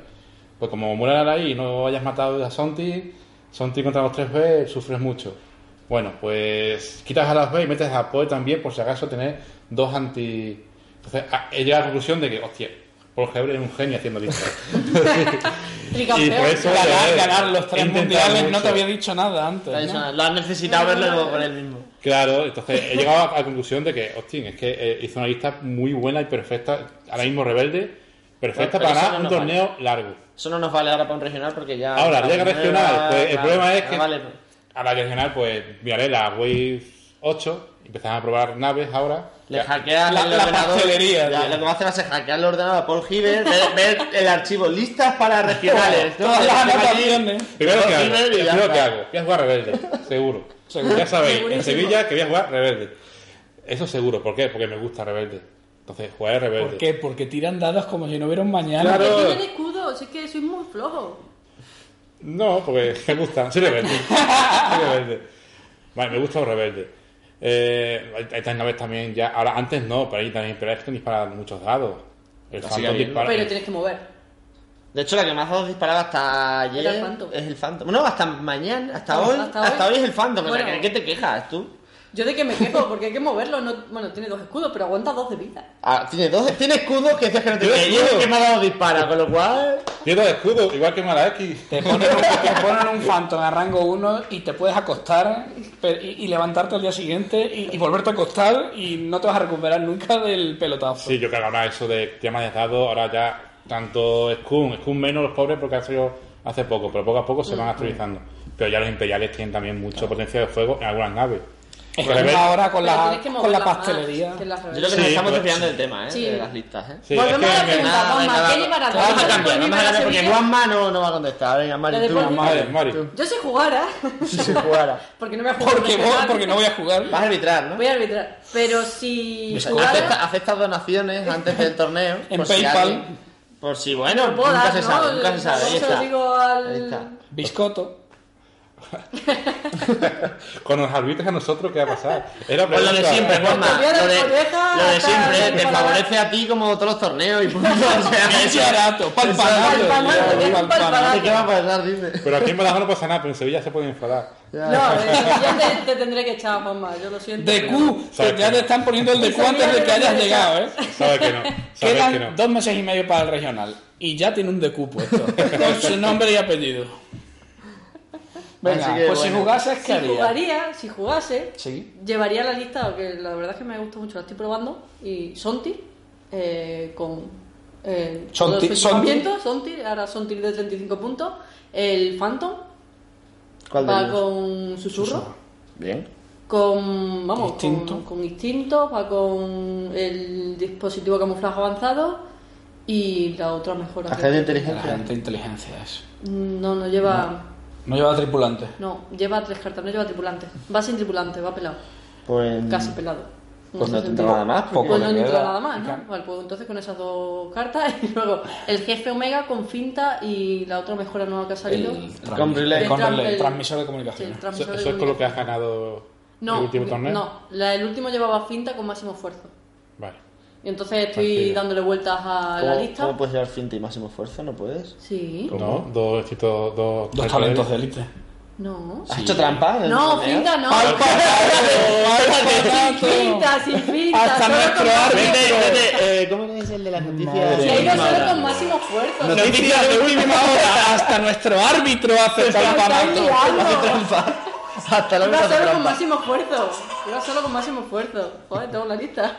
Pues como muera la I y no hayas matado a Sonti, Sonti contra los 3B sufres mucho. Bueno, pues quitas a las B y metes a Poe también, por si acaso tener dos anti. Entonces a- he llegado a la conclusión de que, hostia, Paul Heber es un genio haciendo listas. Tricampeón. Y por pues, eso- Ganar, ganar los tres He intentado mundiales no mucho. te había dicho nada antes. Está ¿no? diciendo, Lo has necesitado verlo y luego por él mismo. claro, entonces he llegado a la conclusión de que, hostia, es que eh, hizo una lista muy buena y perfecta, ahora mismo rebelde, perfecta Pero para eso ganar no un nos vale. torneo largo. Eso no nos vale ahora para un regional porque ya. Ahora, llega la- regional, pues el claro, problema es ya que- vale, pues. A la regional, pues miraré la Wave 8, empezamos a probar naves ahora. Le hackeas La- el la ordenador. pastelería, Ya, tío. lo que va a hacer va a ser hackear el ordenador a Paul Hibbert, ver, ver el archivo, listas para regionales. ¿no? Todas las Aquí, anotaciones. Primero que hago, Rebelde y ya está. primero que hago, voy a jugar rebelde, seguro. Seguro. Ya sabéis, en Segurísimo. Sevilla que voy a jugar rebelde. Eso seguro, ¿por qué? Porque me gusta rebelde. Entonces, jugaré rebelde. ¿Por qué? Porque tiran dados como si no hubiera un mañana. Claro. Yo soy el escudo, si es que soy muy flojo. No, porque me gusta, soy rebelde. Soy rebelde. Vale, me gusta los rebeldes. Eh, hay- hay estas naves también ya. Ahora, antes no, pero ahí también, pero es que disparan muchos dados. Lo sigue El Phantom habiendo. dispara. Pero tienes que mover. De hecho, la que más os disparaba hasta ayer Era el Phantom. es el Phantom. No, hasta mañana, hasta, Ah, hoy, hasta hasta, hoy. hoy. es el Phantom. O sea, Bueno. ¿de qué te quejas tú? Yo de que me quejo, porque hay que moverlo. No, bueno, tiene dos escudos, pero aguanta dos de vida. Ah, tiene, dos, tiene escudos que dices que no te Yo quejas. Yo escudo. es el que me ha dado dispara, con lo cual. Tiene dos escudos, igual que Malaski. Te ponen, un, te ponen un Phantom a rango 1 y te puedes acostar pero- y, y levantarte al día siguiente y, y volverte a acostar y no te vas a recuperar nunca del pelotazo. Sí, yo creo que ahora eso de temas de dados, ahora ya tanto Skun, Skun menos los pobres porque han salido hace poco, pero poco a poco Mm. se van actualizando. Pero ya los imperiales tienen también mucho potencia de fuego en algunas naves. Es Porque que ves- ahora con Pero la, tienes que con la moverlas más, pastelería. que las Yo rebeldes. creo que Sí, nos estamos pero- desviando del tema, ¿eh? Sí, De las listas, ¿eh. Sí, es Volvemos a la que- pregunta, nada, Juanma, nada. ¿qué llevará? Vamos a cambiar, ¿Volvemos vamos a a cambiar, porque Sevilla? Juanma no, no va a contestar. Venga, La Mari, de tú. Paul Mari, Mari. Tú. Yo sé jugar, ¿ah? Si se jugara. Porque Ah. no voy a jugar. Porque, voy- profesional. porque no voy a jugar. Vas a arbitrar, ¿no? Voy a arbitrar. Pero si Acepta- jugara... Aceptas donaciones antes del torneo. En por si PayPal. alguien- por si, bueno, lo puedo nunca dar, se ¿no? sabe, nunca se sabe. Yo ahí se lo está. digo Ahí está. al... Biscoto. Con los árbitros a nosotros, ¿qué va a pasar? Era Pues lo de pregunta. siempre, Juanma. Cambiar Lo de de, pareja, lo de siempre, tal, te para- favorece a ti como todos los torneos y punto. O sea, Pinche eso- barato, palpanato, Palpanato, tío, es un palpanato. palpanato. ¿de ¿Qué va a pasar? Dice. Pero aquí en Badajoz no pasa nada, pero en Sevilla se pueden enfadar. Ya. No, a ver, yo te, te tendré que echar, Juanma, yo lo siento. De Q, que ya te están poniendo el de Q antes de que hayas llegado, ¿eh? Sabes que no. Sabes que no. Quedan dos meses y medio para el regional y ya tiene un DQ puesto con su nombre y apellido. Venga, Así que, pues si bueno. jugases, ¿qué Si harías? jugaría, si jugase, Sí. llevaría la lista, que la verdad es que me gusta mucho, la estoy probando, y Sonti, eh, con... Eh, todos Sonti- sus Sonti. equipamientos, Sonti, ahora Sonti de 35 puntos, el Phantom ¿Cuál de va ellos? con susurro, Bien. con, vamos, Instinto. Con, con instinto, va con el dispositivo camuflaje avanzado y la otra mejora. que- Agente de La inteligencia. gente inteligencia es. No, no lleva... No lleva tripulante. No, lleva tres cartas, no lleva tripulante. Va sin tripulante, va pelado. Pues. Casi pelado. No Pues no sé tendrá si- nada más, porque- Pues no le tendrá queda. nada más, ¿no? Vale, pues entonces con esas dos cartas y luego el jefe Omega con finta y la otra mejora nueva que ha salido. trans- Con relay. el con El relay, tran- el- transmisor de Sí, el comunicaciones. Eso, transmisor eso de es con lo que has ganado No, el último torneo. no, la- el último llevaba finta con máximo esfuerzo. Vale. Y entonces estoy Tranquilo. dándole vueltas a la ¿Cómo, lista. ¿Cómo puedes llevar finta y máximo esfuerzo? ¿No puedes? Sí. No, dos éxitos, dos, Dos talentos de élite. No. ¿Has hecho trampa? en el No, torneo? finta no. Sin ¡Palpanato! finta, sin finta. Hasta solo nuestro con- árbitro. Vete, vete, eh, ¿Cómo es el de las noticias? Se ha ido solo con Madre. máximo esfuerzo. Noticias de última hora. Hasta nuestro árbitro hace estáis palpanato. liando. Hace trampa. Hasta la Iba mitad de solo con trampa. máximo esfuerzo. Iba solo con máximo esfuerzo. Joder, tengo la lista.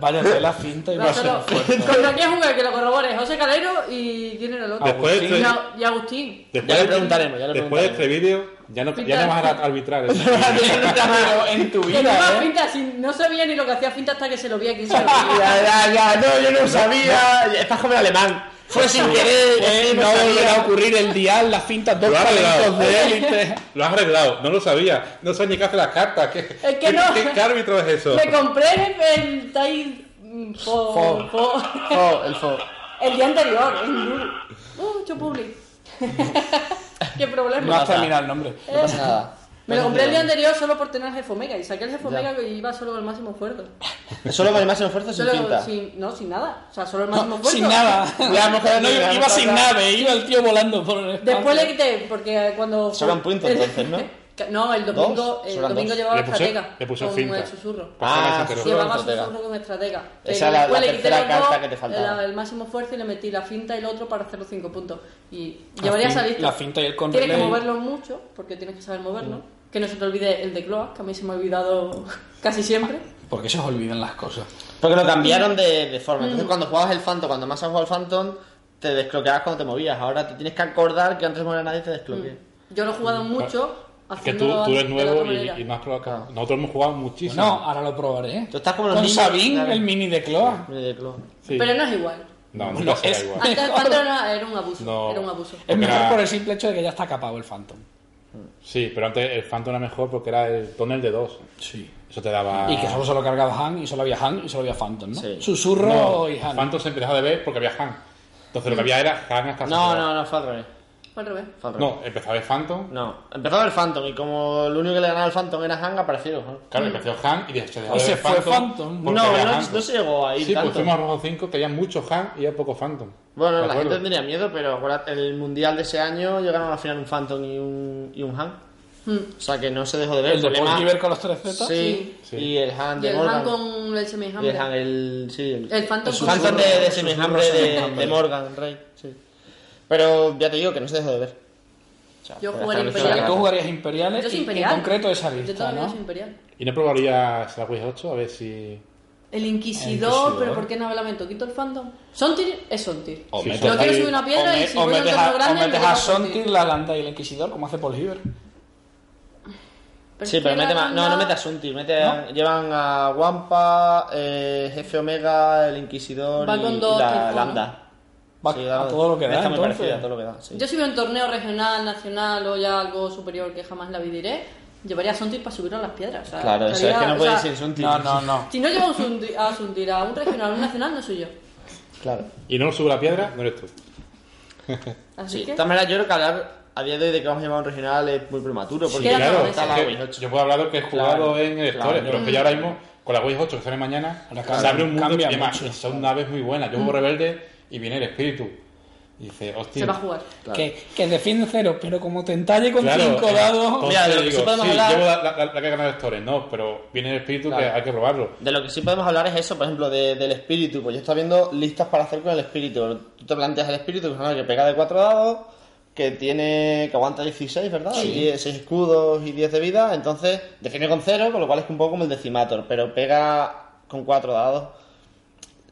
Vaya tela, finta y Iba más solo. ¿Contra quién jugué? Que lo corrobore. José Calero y. ¿Quién era el otro? Después, Agustín. No, y Agustín. después Ya le de- preguntaremos, ya le Después de este vídeo, ya no, ya no vas a arbitrar. eso. en tu Que llevaba vida, ¿eh? finta, sin- no sabía ni lo que hacía finta hasta que se lo vi a 15 minutos. Ya, ya, ya, no, yo no sabía. Estás joven alemán. Fue sin querer. Eh, es que no sabía. volverá a ocurrir el dial, las fintas, dos Lo ha talentos arreglado. de élite. Lo has arreglado, no lo sabía. No sé ni qué hace las cartas. ¿Qué, que qué- no. qué- qué árbitro es eso? Me compré el, el Tai- mm, fo- Fo. fo- Fo, Oh, el fo. el día anterior, en Yuru. Uh, Chupuli. Qué No problema. Eh, has terminado el nombre. No pasa nada. Me lo compré el día Bueno, anterior solo por tener el jefe Omega y saqué el jefe Ya. Omega y iba solo con el máximo esfuerzo. Solo con el máximo esfuerzo sin Solo finta. sin, no, sin nada. O sea, solo el máximo esfuerzo. Sin nada. Ya, hemos quedado No, bien, iba hemos sin quedado- nave, iba el tío volando por el espacio. Después le quité, porque cuando. Sobran puntos, entonces, ¿no? No, el domingo, Dos, el sobran domingo dos. llevaba Le puso- estratega. le puso con finta. el susurro. Ah, Pero- sí, Llevaba Estratega. susurro con estratega. Esa Pero es la- después la le quité los tercera dos, carta que te faltaba. El, el máximo esfuerzo y le metí la finta y el otro para hacer los cinco puntos. Y llevaría fin- esa lista. la finta y el con Tienes que relay. moverlo mucho, porque tienes que saber moverlo. Mm. Que no se te olvide el de Cloak, que a mí se me ha olvidado casi siempre. Porque se os olvidan las cosas. Porque lo cambiaron de, de forma. Mm. Entonces, cuando jugabas el Phantom, cuando más has jugado el Phantom, te desbloqueabas cuando te movías. Ahora te tienes que acordar que antes de mover a nadie te desbloquea. Yo lo he jugado mucho. Es que haciéndolo tú, tú eres de la otra nuevo y, manera. y no has probado. Ah. Nosotros hemos jugado muchísimo. Pues No, ahora lo probaré. Tú estás como los Con niños, Sabín, claro. el mini de Cloa. Ni de club. Sí. Pero no es igual. No, nunca No, será es- igual. Antes el Mejor. Phantom era, era un abuso. No. Era un abuso. Es mejor Era- por el simple hecho de que ya está capado el Phantom. Sí, pero antes el Phantom era mejor porque era el tonel de dos. Sí. Eso te daba. Y que solo se lo cargaba Han y solo había Han y solo había Phantom, ¿no? Sí. Susurro No, y el Han. Phantom se empezó a ver porque había Han. Entonces Mm. lo que había era Han hasta No, no, no, fue al revés. Fue al revés. Fue al revés. Ah, No, empezó a ver Phantom. No. Empezaba el Phantom y como el único que le ganaba al Phantom era Hang, apareció. ¿no? Claro, empezó Han y de- se dejó Y de se ver fue Phantom. Phantom. porque No, había no, Phantom. no se llegó ahí Sí, tanto. pues fuimos a Rojo 5 que había mucho Han y había poco Phantom. Bueno, ¿De la acuerdo? gente tendría miedo, pero acuérdate, el mundial de ese año llegaron a la final un Phantom y un, y un Han. Mm. O sea que no se dejó de ver. El de problema- Paul Giver con los tres Z. sí, Sí. y el Han Y de el Morgan. Han con el Semi Y el Han, el. Sí, el, El Phantom el con Phantom de, susurro. de Susurro Semehambre Semehambre. de, de Morgan, Rey. Sí. Pero ya te digo que no se dejó de ver. O sea, Yo por ejemplo, jugué al O sea, Imperial. que tú jugarías Imperiales Yo soy y imperial. en concreto esa Yo lista, todavía ¿no? soy imperial. Y no probarías la Wii 8 a ver si. El Inquisidor, El Inquisidor. pero ¿por qué no hablamento? Quito el fandom. Sontir es Sontir. O Sí, metes yo Yo quiero ahí- subir una piedra o y me- si o voy a un metes torneo a- grande, O metes me a llevo a Sontir, Sontir. la Landa y el Inquisidor, como hace Paul Giver. Sí, es pero que mete la más. No, no banda- mete a Sunti. Mete a- Llevan a Wampa, eh, Jefe Omega, el Inquisidor Va y, con y dos tipos, la ¿no? Landa. Va Sí, a la- todo lo que da, Está muy entonces. parecida, a todo lo que da. Sí. Yo si veo un torneo regional, nacional o ya algo superior que jamás la vidiré, llevaría a Sontir para subirlo a las piedras. o sea, Claro, eso es haría- que no o puede sea, ser Sunti. No, no, no. Si no llevo a un Sontir- a Sontir a un regional o un nacional, no soy yo. Claro. Y no sube la piedra, no eres tú. Así Sí, de que... todas maneras, yo creo que hablar a día de hoy de que vamos a llamar a un regional es muy prematuro. Sí, Porque Queda claro, todo está eso. la Wii 8. Yo puedo hablar de lo que he jugado Claro, en el claro. Store, pero es que ya ahora mismo, con la Wii 8 que sale mañana, Ahora se cambia, abre un mundo cambia y demás. mucho. Y son naves muy buenas. Mm. Yo juego Rebelde y viene el espíritu. Y dice, hostia. Se va a jugar. Claro. Que, que defiende cero, pero como te entalle con Claro, cinco eh, dados. entonces Mira, de lo que digo, sí podemos sí, hablar- llevo la, la- la que ha ganado el Store, no, pero viene el espíritu que Claro. hay que probarlo. De lo que sí podemos hablar es eso, por ejemplo, de- del espíritu. Pues yo estaba viendo listas para hacer con el espíritu. Tú te planteas el espíritu, que es una que pega de cuatro dados, que tiene que aguanta 16, ¿verdad? Y 6 escudos y 10 de vida. Entonces, define con cero, con lo cual es un poco como el decimator, pero pega con cuatro dados.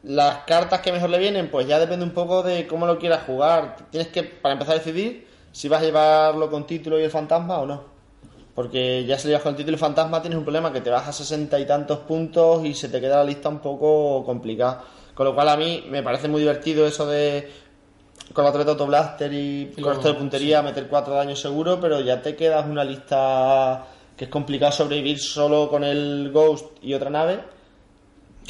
Las cartas que mejor le vienen, pues ya depende un poco de cómo lo quieras jugar. Tienes que, para empezar a decidir, si vas a llevarlo con título y el fantasma o no. Porque ya si lo llevas con el título y el fantasma tienes un problema, que te vas a sesenta y tantos puntos y se te queda la lista un poco complicada. Con lo cual a mí me parece muy divertido eso de con la torreta autoblaster y con luego, esto de puntería meter cuatro daños seguro, pero ya te quedas una lista que es complicado sobrevivir solo con el Ghost y otra nave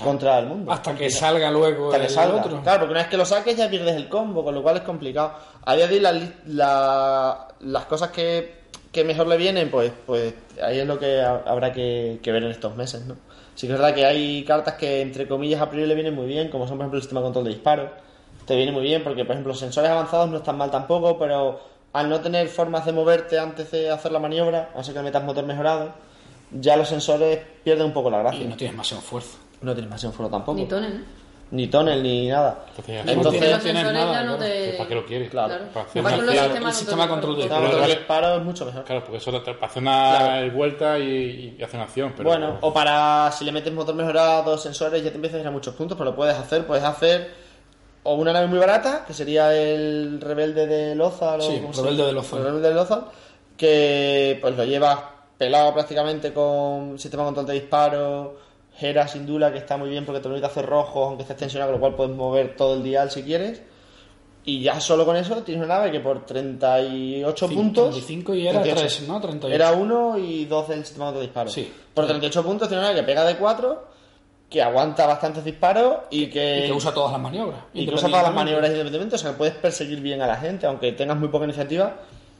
contra el mundo. Hasta que salga luego Hasta que el salga. otro. Claro, porque una vez que lo saques ya pierdes el combo, con lo cual es complicado. A día de hoy la li- la- las cosas que, que mejor le vienen, pues, pues ahí es lo que ha- habrá que, que ver en estos meses, ¿no? Sí que es verdad que hay cartas que, entre comillas, a priori le vienen muy bien, como son, por ejemplo, el sistema de control de disparo. Te viene muy bien porque, por ejemplo, los sensores avanzados no están mal tampoco, pero al no tener formas de moverte antes de hacer la maniobra, a no ser que metas motor mejorado, ya los sensores pierden un poco la Y gracia. no tienes demasiado fuerza. No tienes más enforo tampoco Ni tones, ¿no? ni tonel ni nada. Entonces, Como Entonces, tienes- los sensores ya no claro. te- ¿Para qué lo quieres? Claro. Para hacer Igual una con los fila- el sistemas sistema control de- Claro, Pero otro vale. disparo es mucho mejor. Claro, porque eso te te- para hacer una vuelta y, y hacer una acción. Pero, bueno, o para si le metes motor mejorado, sensores, ya te empiezas a ir a muchos puntos, pero lo puedes hacer, puedes hacer o una nave muy barata, que sería el rebelde de Loza, Sí, Rebelde de Loza. rebelde de Loza, que pues lo llevas pelado prácticamente con sistema de control de disparo, Hera sin duda, que está muy bien porque te permite hacer rojos, aunque estés tensionado, con lo cual puedes mover todo el dial si quieres. Y ya solo con eso tienes una nave que por 38 Cin- puntos. 35 y era 38. tres, ¿no? 38. Era 1 y 2 del sistema de disparo. Sí. Por 38 puntos tiene una nave que pega de 4, que aguanta bastantes disparos y que. Y que usa todas las maniobras. y que usa todas las Independientemente. maniobras independientes, o sea que puedes perseguir bien a la gente, aunque tengas muy poca iniciativa.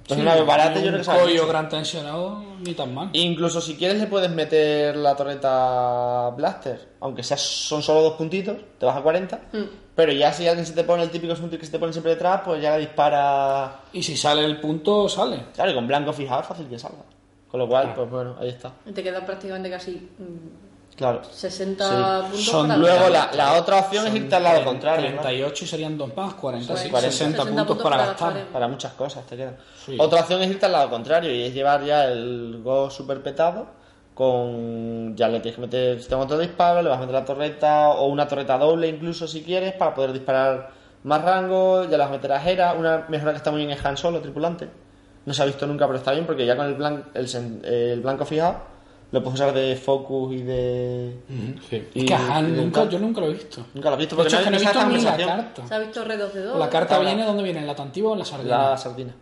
Entonces, Sí, una nave barata, Pues yo un creo que sabe collo mucho. gran tensionado, ni tan mal. Incluso si quieres le puedes meter la torreta blaster, aunque sea, son solo dos puntitos, te vas a 40. Mm. Pero ya si alguien se te pone el típico suntik que se te pone siempre detrás, pues ya le dispara. Y si sale el punto, sale. Claro, y con blanco fijado es fácil que salga. Con lo cual, pues bueno, ahí está. Y Te quedan prácticamente casi mm, Claro. 60 puntos Son para Luego la, ganar. la otra opción es irte al lado contrario. ¿no? 38 Eh, y serían dos más, 40, Sí, 40 40. 60, 60 puntos para gastar. gastar. Para muchas cosas te quedan. Sí. Otra opción es irte al lado contrario y es llevar ya el Go super petado con... Ya le tienes que meter sistema otro disparo, le vas a meter la torreta o una torreta doble incluso si quieres para poder disparar más rango, ya le vas a meter a Hera, una mejora que está muy bien es Han Solo, tripulante. No se ha visto nunca, pero está bien porque ya con el, blan- el, sen- el blanco fijado lo puedes usar de focus y de... Sí. Es y- que a Han y de nunca, un- yo nunca lo he visto. Nunca lo he visto De porque hecho, es que no he se visto hace ni la conversación. carta. Se ha visto redos de dos. La carta Ahora- viene, ¿dónde viene? ¿En la tantiva o en la sardina? La sardina.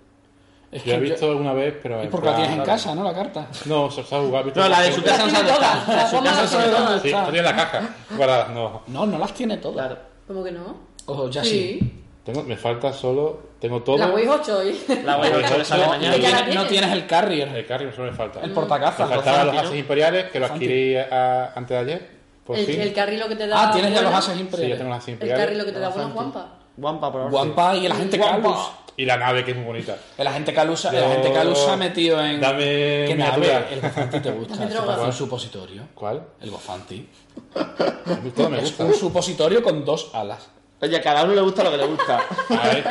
Es Yo he que yo- visto alguna vez, pero. es en porque la plan- tienes en casa, ¿no? La carta. No, se se ha jugado. he visto No, la de en- su casa no tiene sabe dónde todas, está. las La de su vamos casa a Ah, no sabe hacer dónde todas. está. Sí, no tiene la caja. Guarda, no. No, no las tiene todas. Claro. ¿Cómo que no? Ojo, ya sí. sí. Tengo, me falta solo. Tengo todo. La Wii 8 hoy. La Wii 8 le sale No, No mañana. ya la tienes, no tienes. tienes el carrier, El carro solo me falta. el Me portacazas. faltaban los Santi, ¿no? ases imperiales que lo Santi. adquirí a- antes de ayer. Por El, fin. el carril lo que te da. Ah, tienes ya los buena- ases Sí, ya imperiales. tengo los ases El carril imperiales. lo que te da buena Bastante. guampa. Guampa, por ahora Guampa y el agente Guampa. Calus. Y la nave que es muy bonita. El agente Calus, se- el Yo- agente Calus se ha metido en. Dame ¿Qué miniatura. nave? El Gofanti te gusta. Dame Eso droga. parece un supositorio. ¿Cuál? El Gofanti. Todo me gusta. Un supositorio con dos alas. sí. Oye, a cada uno le gusta lo que le gusta. A ver,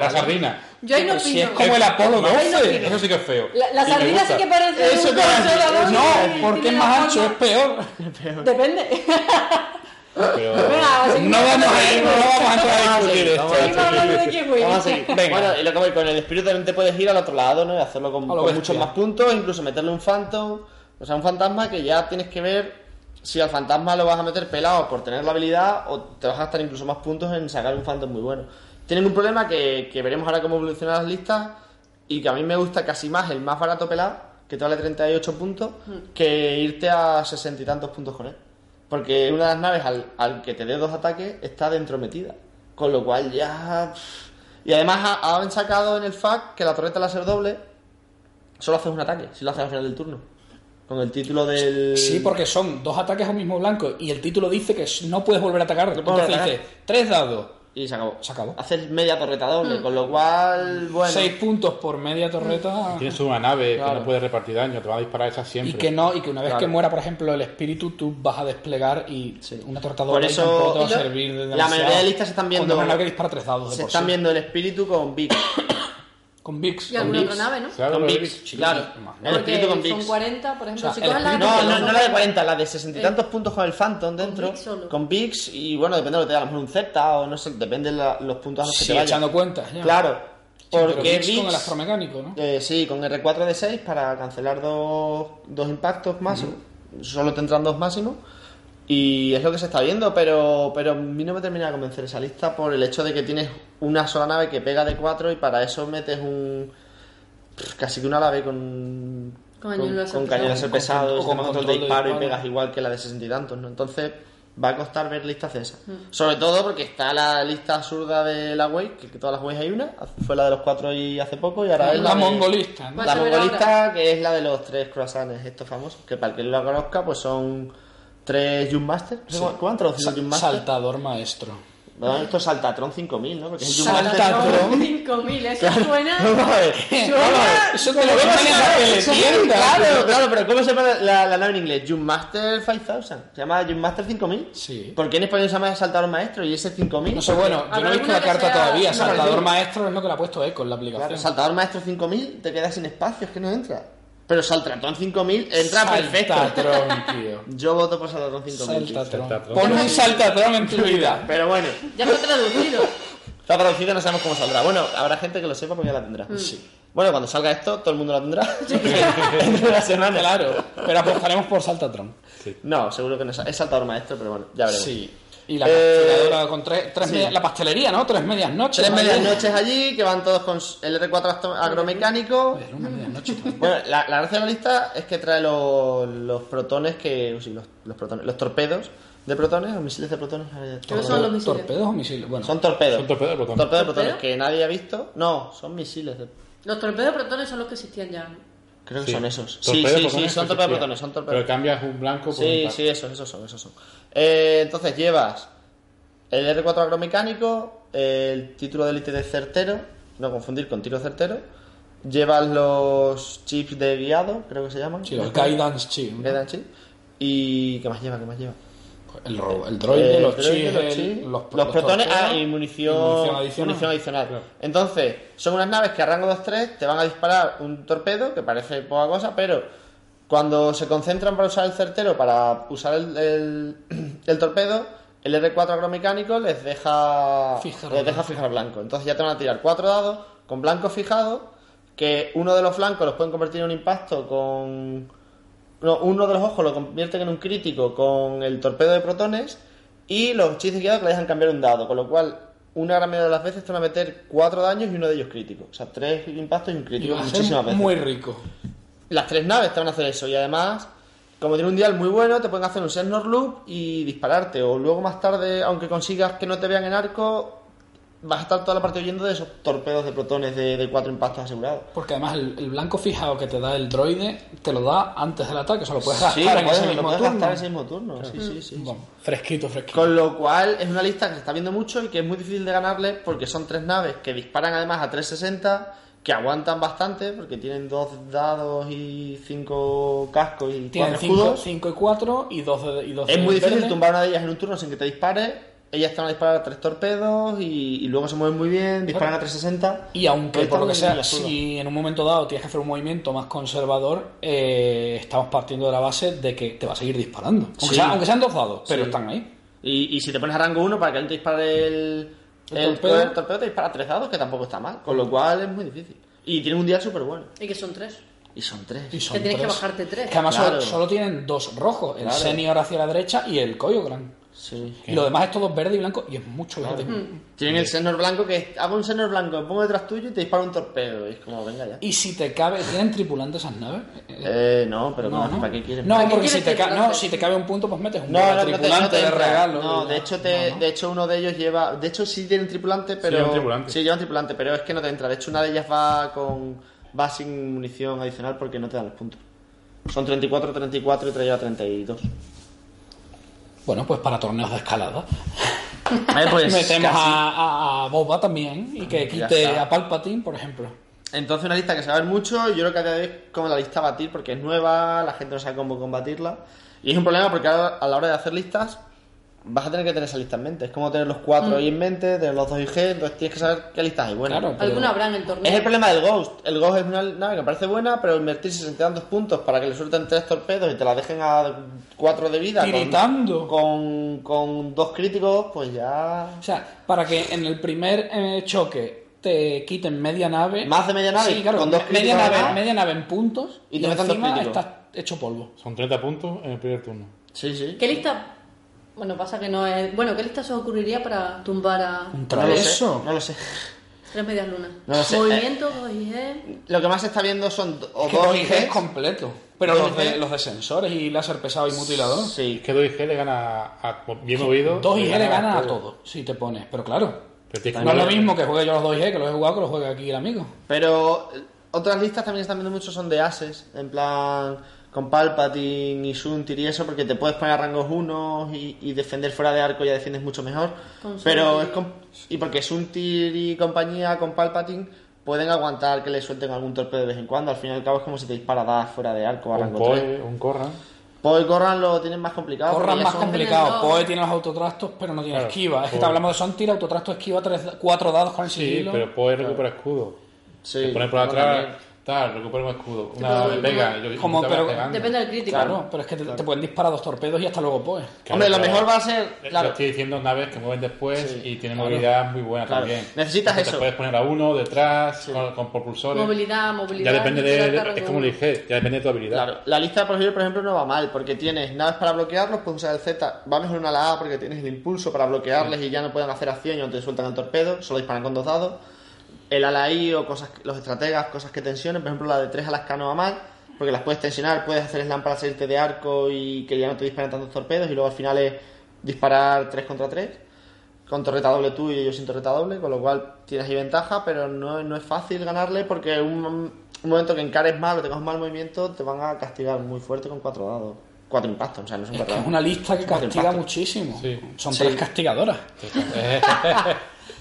la sardina. Yo ahí no Si es opino. como el Apolo No, 12. Eso sí que es feo. La, Y la me sardina sí gusta. que parece. Eso un te va a decir. consolador y No, porque es tiene más la ancho, es forma- peor. Eh. Depende. Pero... No vamos a ir, no vamos a entrar a discutir esto. Vamos a Seguimos hablando de que Vamos a seguir. Wii. Venga. Bueno, y lo que voy, con el espíritu también te puedes ir al otro lado, ¿no? Y hacerlo con, A lo con bestia. muchos más puntos, incluso meterle un phantom, o sea, un fantasma que ya tienes que ver si al fantasma lo vas a meter pelado por tener la habilidad o te vas a gastar incluso más puntos en sacar un phantom muy bueno. Tienen un problema que, que veremos ahora cómo evolucionan las listas y que a mí me gusta casi más el más barato pelado, que te vale 38 puntos, que irte a 60 y tantos puntos con él. Porque una de las naves al, al que te dé dos ataques está dentro metida. Con lo cual ya... pff, Y además ha- han sacado en el FAQ que la torreta láser doble solo haces un ataque, si lo haces al final del turno. Con el título del. Sí, porque son dos ataques a un mismo blanco y el título dice que no puedes volver a atacar. puedo Entonces atacar. dice, tres dados, Y se acabó. Se acabó. Haces media torreta doble, Mm. con lo cual, bueno. seis puntos por media torreta. Mm. Tienes una nave que Claro. no puede repartir daño, te va a disparar esa siempre. Y que no, y que una vez Claro. que muera, por ejemplo, el espíritu, tú vas a desplegar y Sí. una torreta Por doble eso- tampoco te va a y lo- servir de la demasiado. mayoría de listas se están viendo- Cuando una nave que dispara tres dados de Se por están sí. viendo el espíritu con Big. Con VIX. Y alguna otra Vix. nave, ¿no? ¿Sabes lo con de Vix, Vix? claro. Madre. El Porque espíritu con son Vix. eh, 40, por ejemplo, O sea, si el coges la... espíritu- No, que no, son no la de cuarenta. 40, la de 60 y Eh. tantos puntos con el Phantom dentro. Vix solo. Con Vix y bueno, depende de lo que te da, a lo mejor un Z o no sé, depende de la- los puntos a los que Sí, te vayan. echando cuentas. ya. Claro, Sí, pero porque VIX con el Vix- astromecánico, ¿no? Eh, sí, con R4 de 6 para cancelar dos, dos impactos máximos. Solo tendrán dos máximos. Y es lo que se está viendo, pero, pero a mí no me termina de convencer esa lista por el hecho de que tienes una sola nave que pega de 4 y para eso metes un. pff, casi que una nave con. Con cañón láser con pesado. cañón láser Con- pesado, con- sistema con control control de de disparo y disparo. pegas igual que la de 60 y tantos, ¿no? Entonces va a costar ver listas de esas. Sobre todo porque está la lista absurda de la Way, que, que todas las Ways hay una, fue la de los cuatro y hace poco, y ahora es la, La de- mongolista, ¿no? Vas La a ver mongolista, que es la de los tres croissants, estos famosos, que para el que no la conozca, pues son tres Jump Master. No sé cómo- ¿Cómo han traducido Sa- Jump Master? Saltador maestro. No, esto es Saltatron 5000, ¿no? Porque es Jump Salta- Master. Saltatron. 5.000, eso suena... Vamos a ver. Eso te lo ¿Cómo ponen se en llama? la teletienda. Claro, claro, pero ¿cómo se llama la, la- la nave en inglés? Jump Master 5000. ¿Se llama Jump Master 5000? Sí. ¿Por qué en español se llama Saltador Maestro y ese 5000? No sé, bueno, yo no Habrá he visto la alguna que carta sea- todavía. no, Saltador no. maestro es lo que le ha puesto Eco en la Claro, aplicación. Saltador Maestro 5000 te quedas sin espacio, es que no entra. Pero Saltratón 5000 entra perfecto. Saltatron, tío. Yo voto por Saltratón 5000. tío. Saltatron. Saltatron. Pon un saltatron en tu vida. Pero bueno, Ya está traducido. está traducido, no sabemos cómo saldrá. Bueno, habrá gente que lo sepa porque ya la tendrá. Bueno, cuando salga esto, todo el mundo la tendrá. Dentro de una semana. Claro, pero apostaremos por saltatron. No, seguro que no. es- Es saltador maestro, pero bueno, ya veremos. Sí. Y la Eh, castigadora con tres, tres sí. media- la pastelería, ¿no? Tres medias noches. Tres ¿no? medias noches allí, que van todos con el R4 astro- agromecánico. Joder, una media noche también. Bueno, la, la gracia de la lista es que trae los, los protones que. sí, los, los protones. Los torpedos de protones o misiles de protones. eh, Pero torpedos. son los misiles. ¿Torpedos o misiles? Bueno, Son torpedos. Son torpedos de protones. Torpedos de protones ¿Torpedo? que nadie ha visto. No, son misiles. de- Los torpedos protones son los que existían ya. Creo que Sí. son esos. Sí, Torpedos, sí, sí, protones, son torpedos de sí. protones, son torpedos. Pero cambias un blanco por un Sí, par. sí, esos, esos son, esos son. Eh, entonces llevas el R4 agromecánico, el título de élite de certero, no confundir con tiro certero. Llevas los chips de guiado, creo que se llaman. sí, los guidance chips. ¿no? Guidance chip. ¿Y qué más lleva? ¿Qué más lleva? El, ro- el droide, Eh, los creo que chips, los el- chips, los, los protones torpedos ah, y munición, munición adicional. adicional. Claro. Entonces, son unas naves que a rango 2-3 te van a disparar un torpedo, que parece poca cosa, pero cuando se concentran para usar el certero, para usar el, el- el torpedo, el R4 agromecánico les deja Fijar les blanco. deja fijar blanco. Entonces ya te van a tirar cuatro dados con blanco fijado, que uno de los blancos los pueden convertir en un impacto con no, uno de los ojos lo convierten en un crítico con el torpedo de protones y los hechizos guiados que le dejan cambiar un dado, con lo cual una gran mayoría de las veces te van a meter cuatro daños y uno de ellos crítico. O sea, tres impactos y un Y crítico. va a muchísimas ser veces. muy rico. Las tres naves te van a hacer eso y además, como tiene un dial muy bueno, te pueden hacer un Senor Loop y dispararte. O luego más tarde, aunque consigas que no te vean en arco, vas a estar toda la parte huyendo de esos torpedos de protones de, de cuatro impactos asegurados. Porque además el, el blanco fijado que te da el droide te lo da antes del ataque, o sea, lo puedes gastar sí, lo en puedes, ese lo mismo puedes turno. gastar en ese mismo turno. Sí, sí, sí. sí. Vamos, fresquito, fresquito. Con lo cual es una lista que se está viendo mucho y que es muy difícil de ganarle porque son tres naves que disparan además a 360, que aguantan bastante porque tienen dos dados y cinco cascos y cuatro Tienen 5 escudos. y 4 y 2 de, y dos Es de muy difícil verde. tumbar una de ellas en un turno sin que te dispare. Ellas te van a disparar a tres torpedos y, y luego se mueven muy bien, disparan a 360. Y aunque Ahí por lo que está muy sea, bien, si en un momento dado tienes que hacer un movimiento más conservador, eh, estamos partiendo de la base de que te va a seguir disparando. Aunque, Sí. sea- aunque sean dos dados, pero Sí. están ahí. Y, y si te pones a rango 1 para que él te dispare el, El el- torpedo. el torpedo, te dispara tres dados, que tampoco está mal. Con lo cual es muy difícil. Y tienen un dial súper bueno. Y que son tres. Y son tres. Y son Que tienes que tres. bajarte tres. Que además solo- Claro. solo, tienen dos rojos, el Claro. senior hacia la derecha y el Koyogran. Sí. Y lo demás es todo verde y blanco y es mucho verde. Tienen el Senor blanco que es- hago un Senor blanco, me pongo detrás tuyo y te disparo un torpedo. Y es como, venga ya. Y si te cabe, ¿tienen tripulante esas naves? Eh, no, pero no, ¿para qué quieres? No, más? porque quieres si te, ca- tripulante? no, si te cabe un punto, pues metes un no, no, no, te- no tripulante te de entra. regalo. No, de hecho, te, No, no. de hecho uno de ellos lleva, de hecho sí tienen tripulante, pero llevan tripulante. sí llevan tripulante, pero es que no te entra. De hecho, una de ellas va con va sin munición adicional porque no te dan los puntos. Son 34, 34 y otra lleva 32. Bueno, pues para torneos de escalada. Eh, pues, Metemos casi. a, a- a Boba también y que Ya quite está. a Palpatine, por ejemplo. Entonces una lista que se va a ver mucho, yo creo que a día de hoy es como la lista a batir porque es nueva, la gente no sabe cómo combatirla. Y es un problema porque ahora, a la hora de hacer listas vas a tener que tener esa lista en mente. Es como tener los cuatro ahí en mente, tener los dos IG, entonces tienes que saber qué listas hay buenas. Mm. Claro. Alguna habrá en el torneo. Es el problema del Ghost. El Ghost es una nave que parece buena, pero invertir 62 puntos para que le suelten tres torpedos y te la dejen a 4 de vida. con- Tiritando. Con, con dos críticos, pues ya... O sea, para que en el primer eh, choque te quiten media nave. Más de media nave, Sí, claro, con dos me- media críticos nave, además. media nave en puntos Y y, te metan dos encima críticos. estás hecho polvo. Son 30 puntos en el primer turno. Sí, sí. ¿Qué lista? Bueno, pasa que no es. Bueno, ¿qué lista se os ocurriría para tumbar a Un No lo sé, eso. no lo sé. tres medias lunas? No lo sé, eh. Movimiento, dos IG. Lo que más se está viendo son do- o Que dos dos IG es IGs. completo. Pero Dos los de, IG. los de sensores y láser pesado y mutilador. Y es Sí. que 2IG le gana a, a- bien movido. Dos IG le ganan a todo. todo, si te pones. Pero claro, Pero tienes que no es lo ganar. mismo que juegue yo los dos IG, que los he jugado, que los juegue aquí el amigo. Pero eh, otras listas también están viendo mucho son de ases, en plan con Palpatine y Suntir y eso, porque te puedes poner a rangos 1 y, y defender fuera de arco ya defiendes mucho mejor. Con pero Suntir. es com- y porque Suntir y compañía con Palpatine pueden aguantar que le suelten algún torpedo de vez en cuando. Al fin y al cabo es como si te dispara Dash fuera de arco a Un rango 3. Poe, un Corran. Poe y Corran lo tienen más complicado. Corran porque ya más son- complicado. venenosos. Poe tiene los autotrastos, pero no tiene Claro, esquiva. Es que Poe. te hablamos de son tira, autotrasto, esquiva, tres, cuatro dados con el Sí, sigilo. pero Poe recupera escudo. Sí, Se pone por atrás, también. tal, recupera un escudo. pero Una vez como- pega. yo- como, yo pero- estaba pegando. Depende del crítico. Claro, pero es que te, te pueden disparar dos torpedos y hasta luego pues. Poe. Claro, Hombre, lo pero- mejor va a ser. Eh, Yo Claro, estoy diciendo naves que mueven después Sí, y tienen claro. movilidad muy buena Claro. también. Necesitas Entonces eso. Te puedes poner a uno detrás con, con propulsores. Movilidad, movilidad. ya depende luchar, de. cargo. Es como le dije, ya depende de tu habilidad. Claro, la lista por ejemplo, por ejemplo no va mal, porque tienes naves para bloquearlos, puedes usar el Z, va mejor una a la A porque tienes el impulso para bloquearles y ya no pueden hacer acción y no te sueltan el torpedo, solo disparan con dos dados. El ala I o cosas, los estrategas, cosas que tensionen, por ejemplo la de tres alas K no va mal, porque las puedes tensionar, puedes hacer slam para salirte de arco y que ya no te disparen tantos torpedos y luego al final es disparar 3 contra 3 con torreta doble tú y ellos sin torreta doble, con lo cual tienes ahí ventaja, pero no, no es fácil ganarle porque un, un momento que encares mal o tengas un mal movimiento te van a castigar muy fuerte con cuatro dados. Cuatro impactos, o sea, no son Es cuatro que es dados. una lista que Cuatro castiga impactos. muchísimo. Sí. Son Sí. tres castigadoras.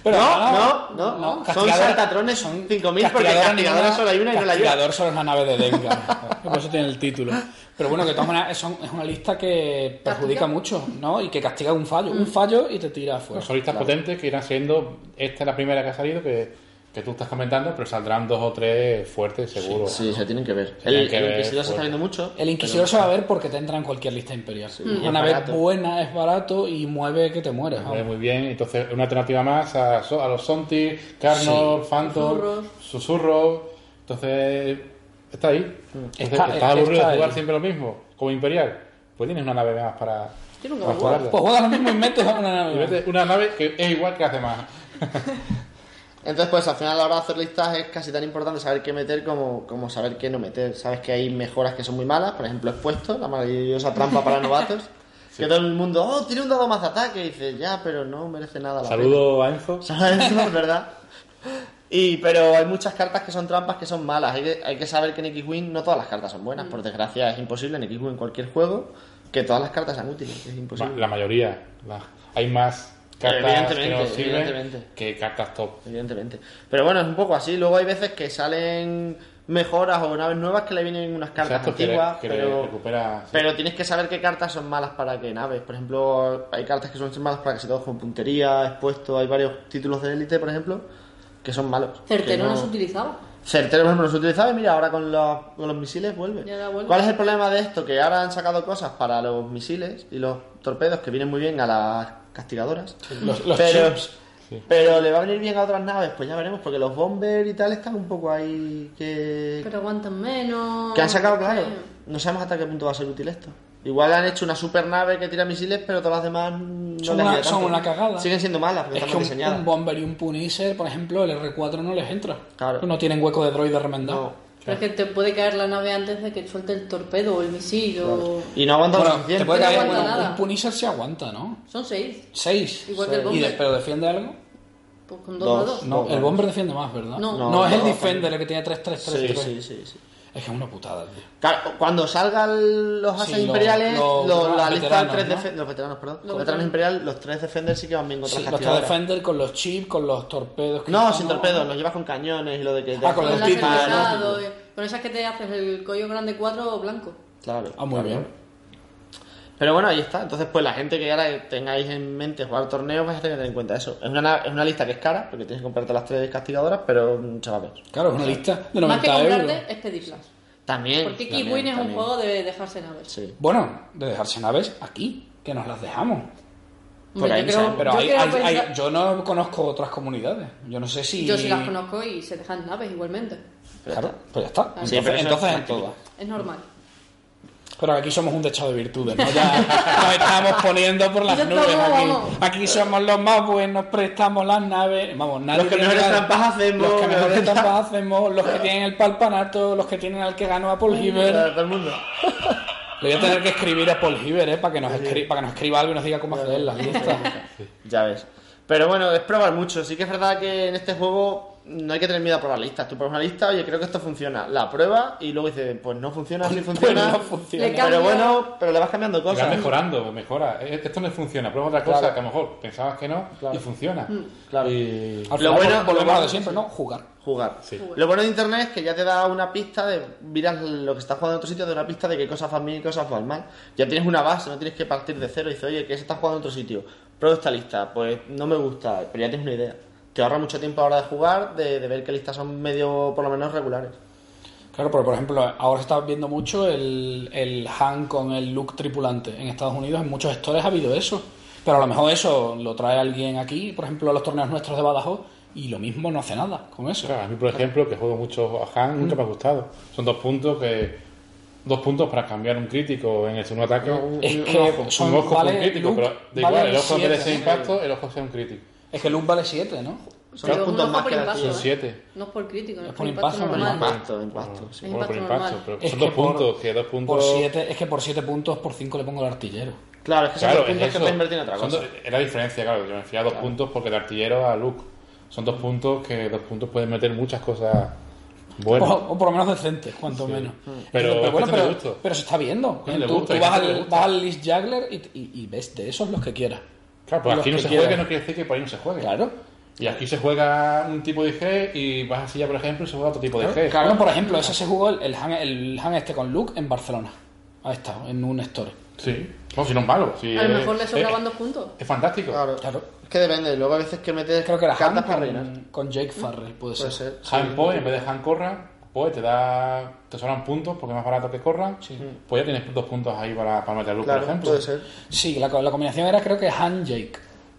No, no, no, no. Son saltatrones, son 5.000 porque castigadora ninguna- solo hay una y no la lleva. Castigador solo es la nave de Dengar. por eso tiene el título. Pero bueno, que de todas maneras son- es una lista que perjudica Castiga. mucho, ¿no? Y que castiga un fallo. Un fallo y te tira afuera. Los solistas potentes que irán siendo. Esta es la primera que ha salido que, que tú estás comentando, pero saldrán dos o tres fuertes, seguro. Sí, se tienen que ver. Se El, tienen que el ver Inquisidor se está fuerte. viendo mucho. El Inquisidor se va a ver porque te entra en cualquier lista imperial. y es Una vez barato. buena, es barato y mueve que te mueres. Ah, Vale, vamos. muy bien, entonces una alternativa más a, so- a los Sonti, Carnor, Phantom, Susurros. Susurros. Entonces, está ahí. Entonces, Está- ¿Estás está aburrido de jugar ahí. siempre lo mismo? Como Imperial. Pues tienes una nave más para, Yo nunca voy para a jugarla. Pues juegas lo mismo y metes a una Y nave. vete, Una nave que es igual que hace más. Entonces, pues al final a la hora de hacer listas es casi tan importante saber qué meter como, como saber qué no meter. Sabes que hay mejoras que son muy malas, por ejemplo, expuesto, la maravillosa trampa para novatos. Que todo el mundo, oh, tiene un dado más de ataque. Y dices, ya, pero no merece nada la Saludo a Enzo. pena". ¿Sabes? Eso es verdad. Y, pero hay muchas cartas que son trampas que son malas. Hay que, hay que saber que en X-Wing no todas las cartas son buenas. Por desgracia, es imposible en X-Wing en cualquier juego que todas las cartas sean útiles. Es Ma- imposible. La mayoría. La- hay más cartas que Evidentemente, no sirven evidentemente. que cartas top. Evidentemente. Pero bueno, es un poco así. Luego hay veces que salen mejoras o naves nuevas que le vienen unas cartas Exacto, que, antiguas, que pero, recupera. sí. pero tienes que saber qué cartas son malas para qué naves. Por ejemplo, hay cartas que son malas para casi todos, como puntería, expuesto. Hay varios títulos de élite, por ejemplo, que son malos. que Certero no, no- se utilizaba. Certero, por ejemplo, no se utilizaba y mira, ahora con los, con los misiles vuelve. Y ahora vuelve. ¿Cuál es el problema de esto? Que ahora han sacado cosas para los misiles y los torpedos que vienen muy bien a las castigadoras. Los- los pero, chips. pero le va a venir bien a otras naves, pues ya veremos, porque los bomber y tal están un poco ahí que, Pero aguantan menos. que han sacado, claro. Sí. No sabemos hasta qué punto va a ser útil esto. Igual han hecho una super nave que tira misiles, pero todas las demás Son no les una- llega tanto. son una cagada. Siguen siendo malas, pero Es que están mal un, diseñadas. un bomber y un punisher, por ejemplo, el R4 no les entra. Pues Claro. No tienen hueco de droide remendado. No. Pero es que te puede caer la nave antes de que suelte el torpedo o el misil o... Y no aguantan Bueno, lo te suficiente. puede No caer, aguanta bueno, nada. un punisher se aguanta, ¿no? Son seis. Seis. Igual que el ¿Y de- bomber. ¿Pero defiende algo? Pues con dos, a Dos. dos. No, Bomber. el bomber defiende más, ¿verdad? No. no, No, es el no, defender el que tiene 3 3 3 Sí, sí, sí, sí. Es que es una putada, tío. Claro, cuando salgan los ases Sí, los- imperiales, los- lo- los la lista de veteranos, tres ¿no? defen- los veteranos, perdón, los Los veteranos veteranos. imperiales, los tres defenders sí que van bien contra Sí, las los tres castigadoras. defender con los chips, con los torpedos. que No, están- sin torpedos, los llevas con cañones y lo de que te Ah, con hacen los Con las títulos, espadas, ¿no? ¿no? lacerado, eh, con esas que te haces el cuello grande 4 blanco. Claro. Ah, muy claro. bien. Pero bueno, ahí está. Entonces, pues la gente que ahora tengáis en mente jugar torneos, vais a tener que tener en cuenta eso. Es una, na- es una lista que es cara, porque tienes que comprarte las tres castigadoras, pero mm, se va a ver. Claro, es una lista de Más que 90 comprarte, euros. es pedirlas. También. Porque también, Kiwin es un también. juego de dejarse naves. Sí. Bueno, de dejarse naves aquí, que nos las dejamos. Hombre, Por ahí, yo, creo, ¿sabes? Pero yo, hay- creo hay- hay- pensar- yo no conozco otras comunidades. Yo no sé si. yo sí las conozco y se dejan naves igualmente. Claro, pues ya está. Sí, pero entonces eso entonces es en todas. Es normal. Pero aquí somos un dechado de virtudes, ¿no? Ya nos estamos poniendo por las Ya nubes estamos, aquí. vamos. Aquí somos los más buenos, prestamos las naves. Vamos, nadie Los que tiene mejores nada. trampas hacemos, Los que la mejores verdad. trampas hacemos, los que tienen el palpanato, los que tienen al que ganó a Paul Para Hibbert. todo el mundo. Le voy a tener que escribir a Paul Hibbert, ¿eh? Para que nos, escri- para que nos escriba algo y nos diga cómo hacer las listas. Ya ves. Pero bueno, es probar mucho. Sí que es verdad que en este juego no hay que tener miedo a probar listas. Tú pones una lista, oye, creo que esto funciona. La prueba y luego dices, pues no funciona, sí funciona. Pues no funciona. Le Pero cambio. bueno, pero le vas cambiando Y va cosas. mejorando, mejora. Eh, Esto no funciona, prueba otra cosa Claro. que a lo mejor pensabas que no y funciona. Claro. Y- Al final, Lo bueno- bueno, volvemos lo a lo bueno- de siempre, ¿no? Jugar. Jugar. Sí. Jugar. Lo bueno de internet es que ya te da una pista de. Miras lo que estás jugando en otro sitio, de una pista de qué cosas van bien y cosas van mal. Ya tienes una base, no tienes que partir de cero y dices, oye, ¿qué se está jugando en otro sitio? Prueba esta lista, pues no me gusta, pero ya tienes una idea. Te ahorra mucho tiempo a la hora de jugar, de, de ver qué listas son medio, por lo menos, regulares. Claro, pero por ejemplo, ahora se está viendo mucho el, el Han con el look tripulante. En Estados Unidos, en muchos stores ha habido eso. Pero a lo mejor eso lo trae alguien aquí, por ejemplo, a los torneos nuestros de Badajoz, y lo mismo no hace nada con eso. Claro, a mí, por ejemplo, que juego mucho a Han, nunca me ha gustado. Son dos puntos que. Dos puntos para cambiar un crítico en el segundo ataque. Es Un que ojo, son- un ojo vale, es un crítico, Luke, pero da vale igual, el ojo siete, merece ¿no? impacto, el ojo sea un crítico. Es que el look vale 7, ¿no? Son Yo dos un puntos ojo más por que impacto, la Son ¿eh? siete. No es por crítico, no es por por impacto impacto normal. normal. Impacto, impacto. sí. Es Bueno, por impacto impacto, normal. pero Es son dos que por- puntos, que dos puntos. Por siete, es que por 7 puntos, por 5 le pongo el artillero. Claro, es que son Claro, dos puntos es que eso. puedes invertir en otra Son cosa. dos- es la diferencia, claro. Yo me fui a dos puntos porque de artillero a Luke. Son dos puntos que dos puntos pueden meter muchas cosas buenas. Oh, O, o por lo menos decentes, cuanto menos. Mm. Pero es bueno, cuestión de pero, gusto. pero se está viendo. Cuestión de Tú, gusto, tú hay vas, gente que le al, gusta. vas al List Juggler y, y- y ves de esos los que quieras. Claro, pues Los aquí no que se quieran. juega, no quiere decir que por ahí no se juegue. Claro. Y aquí se juega un tipo de G y vas así ya, por ejemplo, y se juega otro tipo de G. Claro, por ejemplo, ese se jugó el, el, Han, el Han este con Luke en Barcelona. Ha estado en un store. Sí. No, si no es malo. si A lo es- mejor le es- sobraban dos puntos. Es fantástico. Claro. Claro. Es que depende, luego a veces que metes Creo que era Han cartas para reinar. con, con Jake Farrell, puede, Puede ser. ser. Han sí. Poe, en vez de Han Corra, Poe te da. Te sobran puntos porque es más barato que corran. Pues ya tienes dos puntos ahí para, para meter a Luke, Claro, por ejemplo. puede ser. Sí, la, co- la combinación era creo que Han Jake.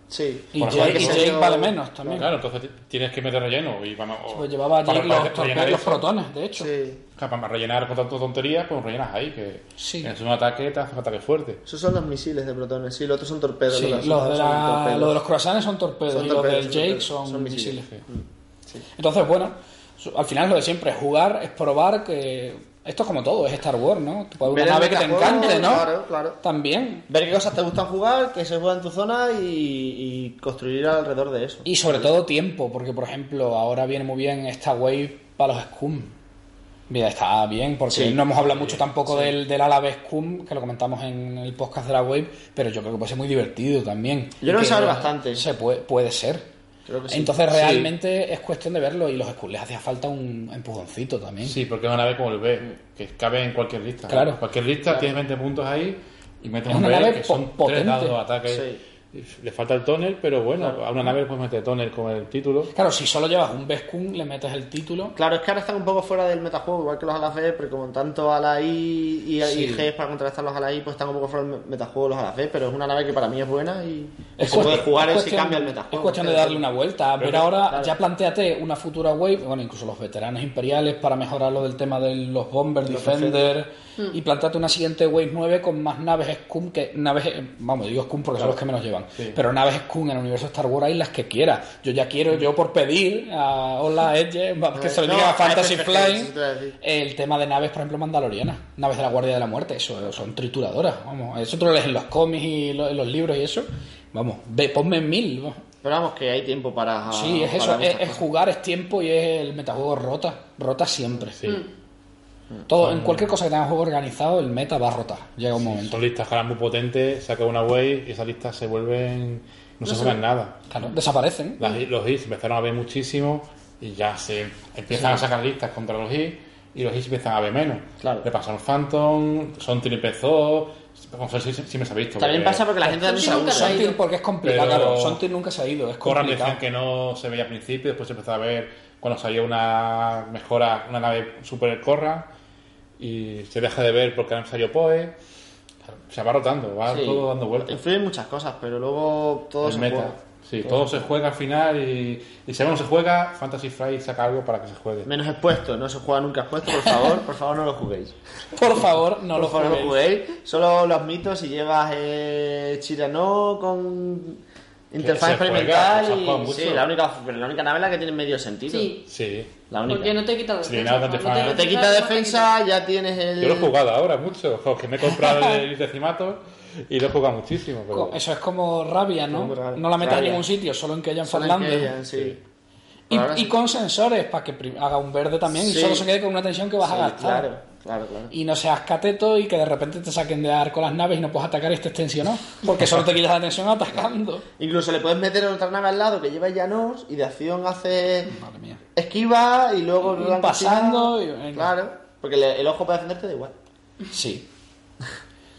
Sí. Y Por Jake, ejemplo, y que Jake sea- vale menos también. Claro, entonces ti- tienes que meter relleno. Y vamos, o- Pues llevaba a para- Jake para- los, para torpedos, rellenar los eso. protones, de hecho. Sí. Claro, Para rellenar con tantas tonterías, pues rellenas ahí. Que Sí. es un ataque, te hace un ataque fuerte. Esos son los misiles de protones. Sí, los otros son torpedos. Sí, los, los de, son la- torpedos. los de los croissants son torpedos Son y torpedos, los del son Jake torpedos, son, son misiles, misiles. Entonces, bueno, su- al final lo de siempre es jugar, es probar que... Esto es como todo, es Star Wars, ¿no? Tú puedes ver Ver una nave el que te metajuego, encante, ¿no? Claro, claro. También. Ver qué cosas te gustan jugar, qué se juega en tu zona y, y construir alrededor de eso. Y sobre todo tiempo, porque por ejemplo, ahora viene muy bien esta wave para los Scum. Mira, está bien, porque Sí. no hemos hablado mucho tampoco del, del Alaves Scum, que lo comentamos en el podcast de la wave, pero yo creo que puede ser muy divertido también. Yo creo que Y se abre bastante. Se puede, puede ser. Creo que sí. Entonces realmente es cuestión de verlo y los Scum les hacía falta un empujoncito también. Sí, porque es una nave como el B, que cabe en cualquier lista. Claro. Cualquier lista tienes 20 puntos ahí y metes Es un una B, nave que son po- tres dados de potente. ataque. Le falta el tonel, pero bueno, a una nave le puedes meter tonel con el título. Claro, si solo llevas un Bescum, le metes el título. Claro, es que ahora están un poco fuera del metajuego, igual que los alas B, pero como tanto a la I y, y Sí. G para contrarrestar los a la I, pues están un poco fuera del metajuego los a la B, pero es una nave que para mí es buena y, Se puede cuestión- jugar es ese y cuestión- cambia el metajuego. Es cuestión de darle una vuelta. Pero claro. ahora ya planteate una futura wave, bueno, incluso los veteranos imperiales para mejorar lo del tema de los bombers, defender. Y planteate una siguiente wave 9 con más naves Scum que naves, vamos, digo Scum porque son los que menos llevan. Pero naves Scum en el universo Star Wars hay las que quieras. Yo ya quiero, yo por pedir a Hola Edge, que se lo No, diga a a Fantasy FFG, Flight, eso te iba a decir. el tema de naves, por ejemplo, mandalorianas, naves de la Guardia de la Muerte, eso son trituradoras, vamos, eso tú lo lees en los cómics y lo- en los libros y eso, vamos, ve, ponme en mil, vamos. Pero vamos, que hay tiempo para. sí, es Ah, para eso, eh, muchas es, es cosas. jugar, es tiempo y es el metajuego rota, rota siempre. Todo, en cualquier cosa que tenga juego organizado, el meta va a rotar, llega un momento. Son listas ahora muy potentes, saca una wave y esas listas se vuelven. No, se juegan nada. Claro, desaparecen. Las- los hits empezaron a ver muchísimo y ya se empiezan a sacar listas contra los hits y los hits empiezan a ver menos. Claro. Le pasaron Phantom, son triple zoo, no sé si, si me se ha visto. También porque pasa porque la gente Sí, también nunca se aburre. se ha ido. Sontir porque es complicado, Pero- claro, Sontir nunca se ha ido, es Corran decían complicado. que no se veía al principio, después se empezó a ver cuando salió una mejora, una nave super Corran y se deja de ver porque han salido Poe. Se va rotando, va Sí. todo dando vueltas. Influyen muchas cosas, pero luego todo El se meta. juega. Sí, todo, se juega al final y, y si aún no se juega, Fantasy Flight saca algo para que se juegue. Menos expuesto, no se juega nunca expuesto, por favor, por favor no lo juguéis. Por favor, no por lo favor no lo juguéis. juguéis, solo los mitos si llevas eh, Chirano con interfaz se juega, experimental se juega y- mucho. sí, la única, pero la única nave es la que tiene medio sentido. Sí, Sí. La única. porque no te quita Sí, defensa. nada, Juan, te fa- No te quita no te defensa, ya tienes el... Yo lo he jugado ahora mucho, jo, que me he comprado el decimato y lo he jugado muchísimo. Co- Pero... Eso es como rabia, ¿no? Como rabia. No la metas en Rabia. ningún sitio, solo en que haya en Solo en Farlander. Keian, sí. Y, Ahora y sí. con sensores para que prim- haga un verde también y Sí. solo se quede con una tensión que vas Sí, a gastar. Claro, claro, claro. Y no seas cateto y que de repente te saquen de arco las naves y no puedas atacar y estés tensionado. Porque solo te quitas la tensión atacando. Incluso le puedes meter otra nave al lado que lleva Llanos y de acción hace Madre mía. esquiva y luego... Y la pasando cocina. y venga. Claro, porque le- el ojo para defenderte da igual. Sí.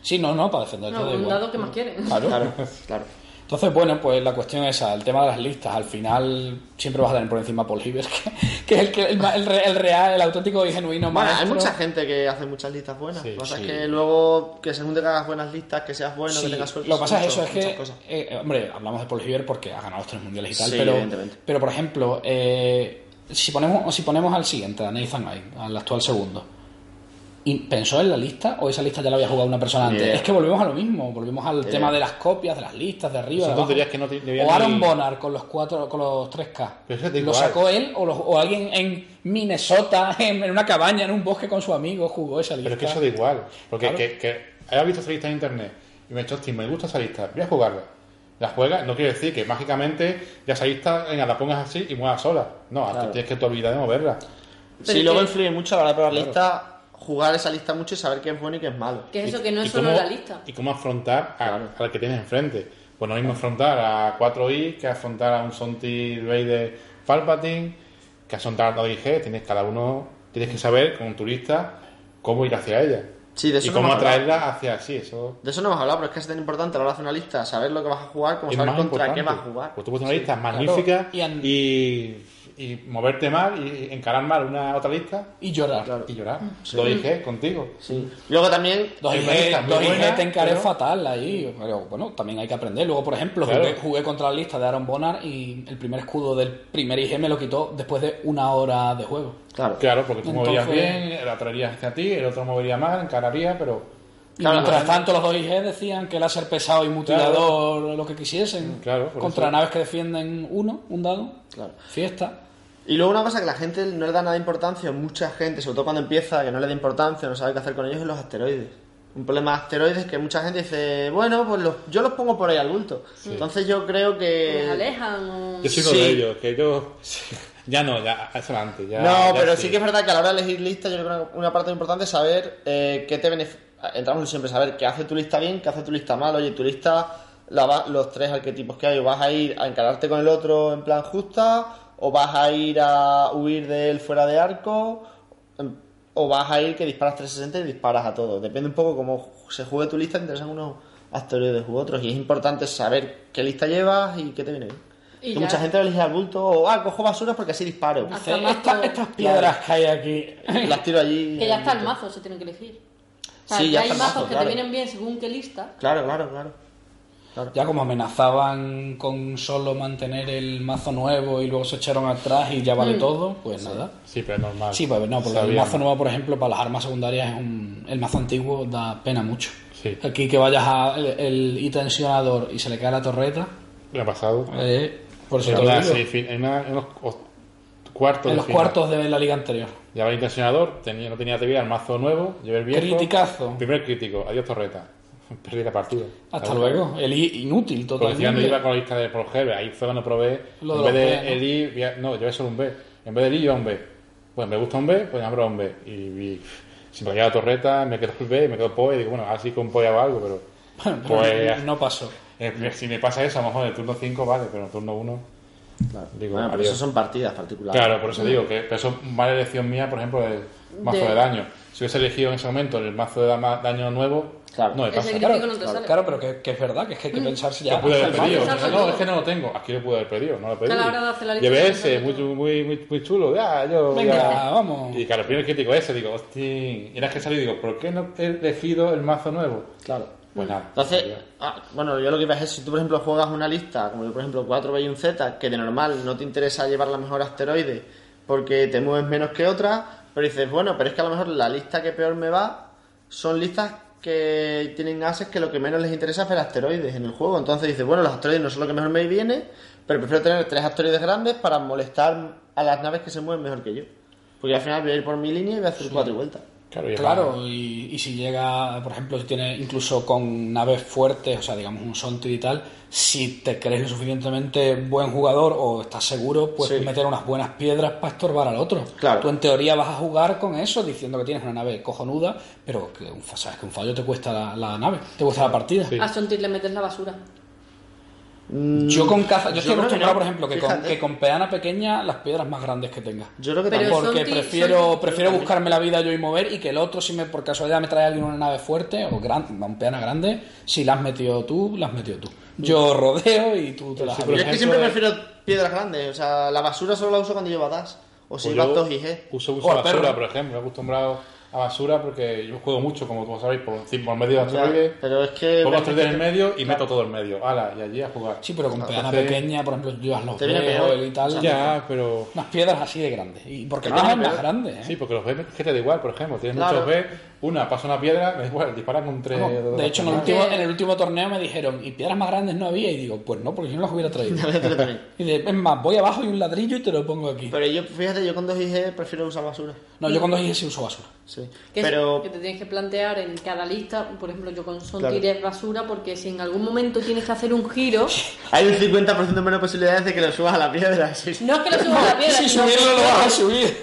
Sí, no, no, para defenderte No, da un igual. Ah, dado que más quieres. Claro. Claro, claro. Entonces, bueno, pues la cuestión es esa, el tema de las listas. Al final siempre vas a tener por encima a Paul Hibbert, que, que es el, que, el, ma- el re- el real, el auténtico y genuino Bueno, hay maestro. mucha gente que hace muchas listas buenas. Sí, lo que pasa sí. es que luego que se junte que hagas buenas listas, que seas bueno, Sí, que tengas suerte. Lo que pasa son es eso, es mucho- que, muchas cosas. eh, hombre, hablamos de Paul Hibbert porque ha ganado los tres mundiales y tal, Sí, pero, evidentemente. pero por ejemplo, eh, si ponemos si ponemos al siguiente, a Nathan Ike, al actual segundo, ¿y ¿pensó en la lista o esa lista ya la había jugado una persona Ni antes? idea. Es que volvemos a lo mismo, volvemos al Ni tema idea. de las copias, de las listas, de arriba, Son de abajo. tonterías que no te- debían o Aaron ni- Bonnar con los cuatro, con los 3K. Pero eso da ¿Lo igual. sacó él o, lo- o alguien en Minnesota, en, en una cabaña, en un bosque con su amigo, jugó esa lista? Pero es que eso da igual. Porque Claro. que, que haya visto esa lista en internet y me he hecho, "Hostia, me gusta esa lista, voy a jugarla. La juegas, no quiere decir que mágicamente ya esa lista, venga, la pongas así y muevas sola. No, Claro. tienes que tu habilidad de moverla. Pero Sí, es luego que- influye mucho a la hora de probar listas, jugar esa lista mucho y saber qué es bueno y qué es malo. Que es eso, Y- que no y es solo cómo- la lista. Y cómo afrontar a- Claro. al que tienes enfrente. Pues no es mismo afrontar a 4i que afrontar a un Sonti Raider Palpatine, que afrontar a OIG. Tienes cada uno, tienes que saber con tu lista cómo ir hacia ella. Sí, de eso y no cómo hemos hablado. atraerla hacia sí, eso. De eso no hemos hablado, pero es que es tan importante a la hora de hacer una lista, saber lo que vas a jugar, como es saber más contra importante. qué vas a jugar. Pues tú puedes tener una Sí. lista claro. magnífica Y en- y, y moverte mal y encarar mal una otra lista Y llorar. Claro. y Mm. llorar. Lo dije contigo. Sí. Luego también, Dos Hay listas IG, muy dos IG buenas, te encaré pero- fatal ahí. Pero bueno, también hay que aprender. Luego, por ejemplo, Claro. jugué, jugué contra la lista de Aaron Bonnar y el primer escudo del primer IG me lo quitó después de una hora de juego. claro. Claro, porque tú moverías Entonces- bien, la traerías hacia ti, el otro movería mal, encararía, pero Y Claro, mientras claro. tanto, los dos IG decían que el ser pesado y mutilador, lo que quisiesen. Mm, Claro, por contra eso. naves que defienden uno, un dado. Claro. Fiesta. Y luego una cosa que la gente no le da nada de importancia, mucha gente, sobre todo cuando empieza, que no le da importancia, no sabe qué hacer con ellos, es los asteroides. Un problema de asteroides que mucha gente dice, bueno, pues los, yo los pongo por ahí al bulto. Entonces yo creo Nos que... alejan o... Yo soy uno Sí. de ellos, que yo. Ya no, ya, eso era antes. Ya, no, ya pero sí. que es verdad que a la hora de elegir lista, yo creo que una parte importante es saber eh, qué te beneficia. Entramos siempre a saber qué hace tu lista bien, qué hace tu lista mal. Oye, tu lista, la va- los tres arquetipos que hay, o vas a ir a encararte con el otro en plan justa, o vas a ir a huir de él fuera de arco, em, o vas a ir que disparas 360 y disparas a todos. Depende un poco cómo se juegue tu lista, interesan unos asteroides u otros. Y es importante saber qué lista llevas y qué te viene bien. Y que ya. mucha gente lo elige al bulto, o ah, cojo basuras porque así disparo. Hasta Dice, más "Esta- todo". estas piedras que hay aquí. Las tiro allí. Que ya está el mazo, se tiene que elegir. O sea, Sí, ya hay está el mazos mazo, que claro. te vienen bien según qué lista. Claro, claro, claro. Claro. Ya como amenazaban con solo mantener el mazo nuevo y luego se echaron atrás y ya vale todo, pues nada. Sí, pero es normal. Sí, pues no, porque el Sabíamos. mazo nuevo, por ejemplo, para las armas secundarias es un- el mazo antiguo da pena mucho. Sí. Aquí que vayas a el, el itensionador y se le cae la torreta, Le ha pasado. eh, por eso en, te lo una digo. semifin- en una- en los os- cuartos. En de los final. cuartos de la liga anterior. Llevaba el intencionador, tenía, no tenía actividad, el mazo nuevo, llevé el viejo. Criticazo. Primer crítico, adiós torreta. Perdí la partida. Hasta Adiós. luego. El i- inútil Porque estoy dando totalmente. iba con la lista de por GB, ahí fue cuando probé. Lo en de los vez de B, ¿no? el I, voy a- no, llevé solo un B. En vez del I, llevaba un B. Bueno, me gusta un B, pues abro un B. Y, y si me caía la torreta, me quedo el B, me quedo Poe, y digo, bueno, así con Poe hago algo, pero. Pero Pues- no pasó. eh, si me pasa eso, a lo mejor en el turno 5 vale, pero en el turno 1. Claro. Digo, Bueno, pero pues adiós. eso son partidas particulares. Claro, por eso digo que pero eso es mala elección mía, por ejemplo, el mazo de, De- daño. Si hubiese elegido en ese momento el mazo de dama- daño nuevo, Claro. no me Ese pasa. crítico Claro, no te claro, sale. claro, pero que, Mm. que es verdad, que es que hay que pensarse ya. Lo pude haber Exacto, pedido. exacto. No, es que no lo tengo. Aquí lo pude haber pedido, no lo he pedido. Claro, ahora de hacer la lista Llevé de ese, muy, cosas que no. muy, muy, muy chulo. Ya, yo, Venga, ya. vamos. Y claro, el primer crítico ese, digo, hostia. Y era que salí y digo, ¿por qué no he elegido el mazo nuevo? Claro. Pues nada. Entonces, adiós. ah, bueno, yo lo que veo es si tú, por ejemplo, juegas una lista, como yo, por ejemplo, 4B y un Z, que de normal no te interesa llevar la mejor asteroide porque te mueves menos que otra, pero dices, bueno, pero es que a lo mejor la lista que peor me va son listas que tienen ases que lo que menos les interesa es ver asteroides en el juego. Entonces dices, bueno, los asteroides no son lo que mejor me viene, pero prefiero tener tres asteroides grandes para molestar a las naves que se mueven mejor que yo. Porque al final voy a ir por mi línea y voy a hacer cuatro vueltas. Claro, y es malo. Claro, y, y si llega, por ejemplo, si tiene incluso con naves fuertes, o sea, digamos un Sontir y tal, si te crees lo suficientemente buen jugador o estás seguro, puedes Sí. meter unas buenas piedras para estorbar al otro. Claro. Tú en teoría vas a jugar con eso diciendo que tienes una nave cojonuda, pero que un, fa- sabes que un fallo te cuesta la, la nave, te cuesta la partida. Sí. A Sontir le metes la basura. Mm, Yo con caza, yo, Yo estoy creo que acostumbrado, no. por ejemplo, que con, Fíjate. que con peana pequeña las piedras más grandes que tenga. yo creo que Pero tampoco. porque son ti- prefiero son- prefiero buscarme la vida yo y mover y que el otro si me por casualidad me trae alguien una nave fuerte o gran, un peana grande si la has metido tú la has metido tú yo rodeo y tú te la has Sí, Yo es abierto. que ejemplo, siempre eh, prefiero piedras grandes. O sea, la basura solo la uso cuando llevo DAS. O si Pues llevas yo 2 IG. Uso, uso O al basura, perro. por ejemplo. Me he acostumbrado a basura porque yo juego mucho, como todos sabéis, por, por medio de Ya, asteroides. pero es que. Pongo asteroides en el medio y meto todo en medio. Ala, y allí a jugar. sí pues, pero con peana Entonces- pequeña por ejemplo tú llevas los Ah, Te viene dedos, peor. Ah, el y tal Ya, pero. unas piedras así de grandes y porque Te las viene más peor. grandes ¿eh? Ah, Sí, porque los B que te da igual, por ejemplo. Tienes Claro. muchos B, una pasa una piedra, me da igual, disparan con tres. Vamos, dos, Ah, de hecho en dos, el, tres. último, en el último torneo me dijeron y piedras más grandes no había y digo pues no porque yo no las hubiera traído y de, es más voy abajo y un ladrillo y te lo pongo aquí pero yo, fíjate, yo con 2 IG prefiero usar basura. no yo cuando dije sí uso basura Sí. Que, es- pero. que te tienes que plantear en cada lista, por ejemplo, yo con Sontir Claro. es basura, porque si en algún momento tienes que hacer un giro, Hay un 50% menos posibilidades de que lo subas a la piedra. sí. no es que lo subas a la piedra, si sino que- subirlo lo vas a subir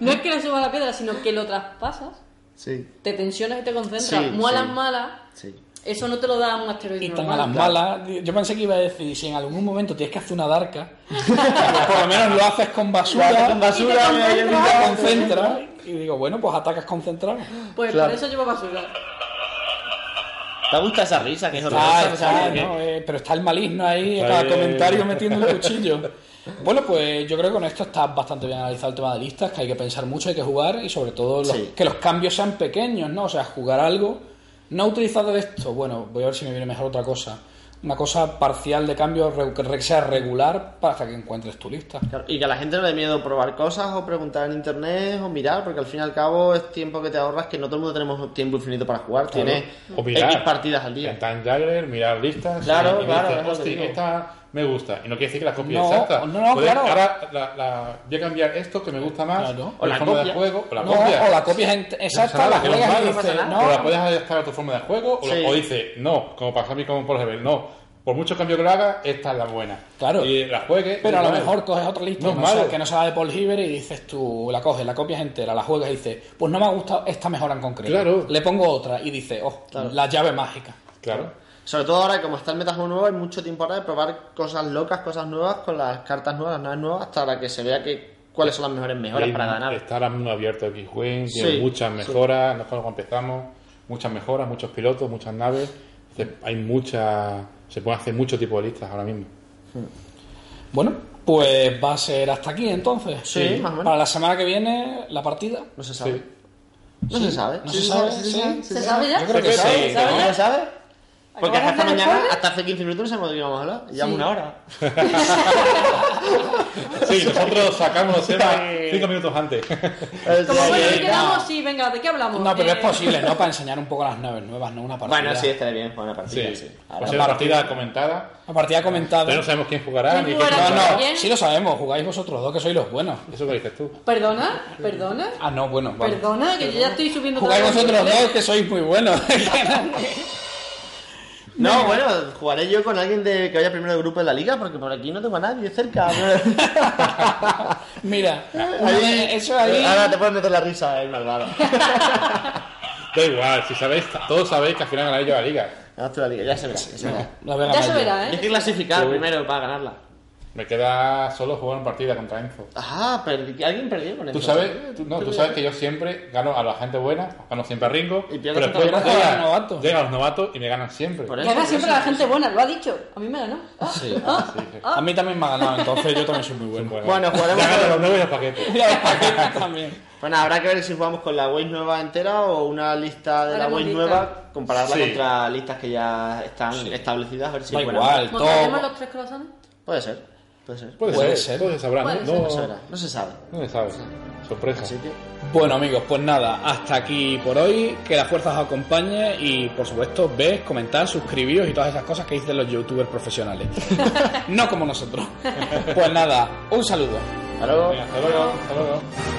no es que lo subas a la piedra, sino que lo traspasas, Sí. te tensionas y te concentras, Sí, muelas sí. malas, Sí. eso no te lo da un asteroide Y tan a normal. las malas. Yo pensé que iba a decir, si en algún momento tienes que hacer una darka, por lo menos lo haces con Lo haces basura, con basura, Y te me voy a concentras. te olvidar. concentras y digo, bueno, pues atacas concentrado. Pues Claro. por eso llevo basura. ¿Te gusta esa risa que es Ah, horrorosa? O sea, está, que- ¿no? Eh, pero está el maligno ahí, Está cada bien. comentario metiendo el cuchillo. Bueno, pues yo creo que con esto está bastante bien analizado el tema de listas, que hay que pensar mucho, hay que jugar y sobre todo los- Sí. que los cambios sean pequeños, ¿no? O sea, jugar algo. No he utilizado esto, bueno, voy a ver si me viene mejor otra cosa. Una cosa parcial de cambio re- que sea regular para hasta que encuentres tu lista. Claro, Y que a la gente no le dé miedo probar cosas o preguntar en internet o mirar, porque al fin y al cabo es tiempo que te ahorras, que no todo el mundo tenemos tiempo infinito para jugar. Tienes O mirar. X partidas al día. En Time Jagger, mirar listas. Claro, y- y claro, dices, es lo que "Hostia, digo". esta me gusta. Y no quiere decir que la copie No, exacta. no, no, Puedes- claro. Ahora la, la- voy a cambiar esto que me gusta más. Claro. O la, forma de juego. O la No, copia. o la copia es ent- exacta, la que no juegas y vale. dices, no, Pero la puedes adaptar a tu forma de juego o, Sí. o dice, no, como pasa a mí como por ejemplo, no. Por mucho cambio que lo haga, esta es la buena. Claro. Y la juegue. Pero a y lo vale. mejor coges otra lista No que, es no sea, malo. que no sea la de Paul Hiver y dices tú, la coges, la copias entera, la juegas y dices, pues no me ha gustado esta mejora en concreto. Claro. Le pongo otra y dices, oh, Claro. la llave mágica. Claro. Sobre todo ahora, como está el metajuego nuevo, hay mucho tiempo ahora de probar cosas locas, cosas nuevas, con las cartas nuevas, las naves nuevas, hasta para que se vea que, cuáles son las mejores mejoras Y para cada nave. Está ahora mismo abierto x wing Sí, tiene muchas sí. mejoras, no es cuando empezamos, muchas mejoras, muchos pilotos, muchas naves. Entonces, Hay muchas, se pueden hacer muchos tipos de listas ahora mismo. Bueno, pues va a ser hasta aquí entonces. Sí, más o menos. Para la semana que viene, la partida. No se Sí. sabe. No se sabe. No Sí se sabe, sí sí. sabe, sí ¿Se sabe ya? Yo creo que ¿Se sí. sabe ¿No ya? se sabe? Porque ¿Acabas hasta de hacer mañana, spoiler? hasta hace 15 minutos no sabemos de qué vamos a hablar. Y ya Sí. una hora. Sí, nosotros sacamos los temas Sí. cinco minutos antes. Como Sí. bueno, sí, hoy quedamos, no. sí, venga, ¿de qué hablamos? No, pero Eh, es posible, ¿no? Para enseñar un poco las naves nuevas, ¿no? Una partida. Bueno, sí, estaría bien jugar una partida. Sí, Sí. va Ahora, a ser una partida comentada. Una partida comentada. Pero no sabemos quién jugará. ¿Quién ni jugará? quién No, no, ¿Bien? sí lo sabemos, jugáis vosotros dos que sois los buenos. Eso que dices tú. Perdona, perdona, Ah, no, bueno, vale. perdona, que yo ya estoy subiendo Jugáis todo el vosotros nivel. dos que sois muy buenos. No, bueno, jugaré yo con alguien de que vaya primero de grupo de la liga, porque por aquí no tengo a nadie cerca. Mira, uno Ahí- de- eso ahí. Ahora te puedes meter la risa, es malvado. Da igual, si sabéis, todos sabéis que al final ganáis yo la liga. Haz tú la liga, ya se verá. Ya se verá. La Vega Ya se Mayor. verá, Hay ¿eh? que clasificar Uy. primero para ganarla. Me queda solo jugar una partida contra Enzo. Ah, perdí. Alguien perdió con eso. Tú sabes, tú- no, tú sabes que yo siempre gano a la gente buena, gano siempre a Ringo, Y pero pierdes después contra- Juegas a llegan los novatos. llegan los novatos y me ganan siempre. Por eso, Gana por siempre eso. la gente buena, lo ha dicho. A mí me ganó. Ah, Sí. ah, A mí también me ha ganado, entonces yo también soy muy bueno. Bueno, jugaremos Ya gano con- los nueve y los paquetes. Mira, los paquetes también. Bueno, habrá que ver si jugamos con la Waze nueva entera o una lista de la Haremos Waze lista. nueva, compararla Sí. contra listas que ya están establecidas, a ver si Da es buena. igual, ¿Montaremos todo. los tres croissants? Puede ser, puede ser. Puede, Puede ser. ser, todo se sabrá, ¿no? Puede ser. No se No, verá, no se sabe. no se sabe. Sorpresa. Así que Bueno, amigos, pues nada, hasta aquí por hoy. Que la fuerza os acompañe y, por supuesto, ves, comentad, suscribíos y todas esas cosas que dicen los youtubers profesionales. no como nosotros. Pues nada, un saludo. Hasta luego. Venga, hasta luego, hasta luego.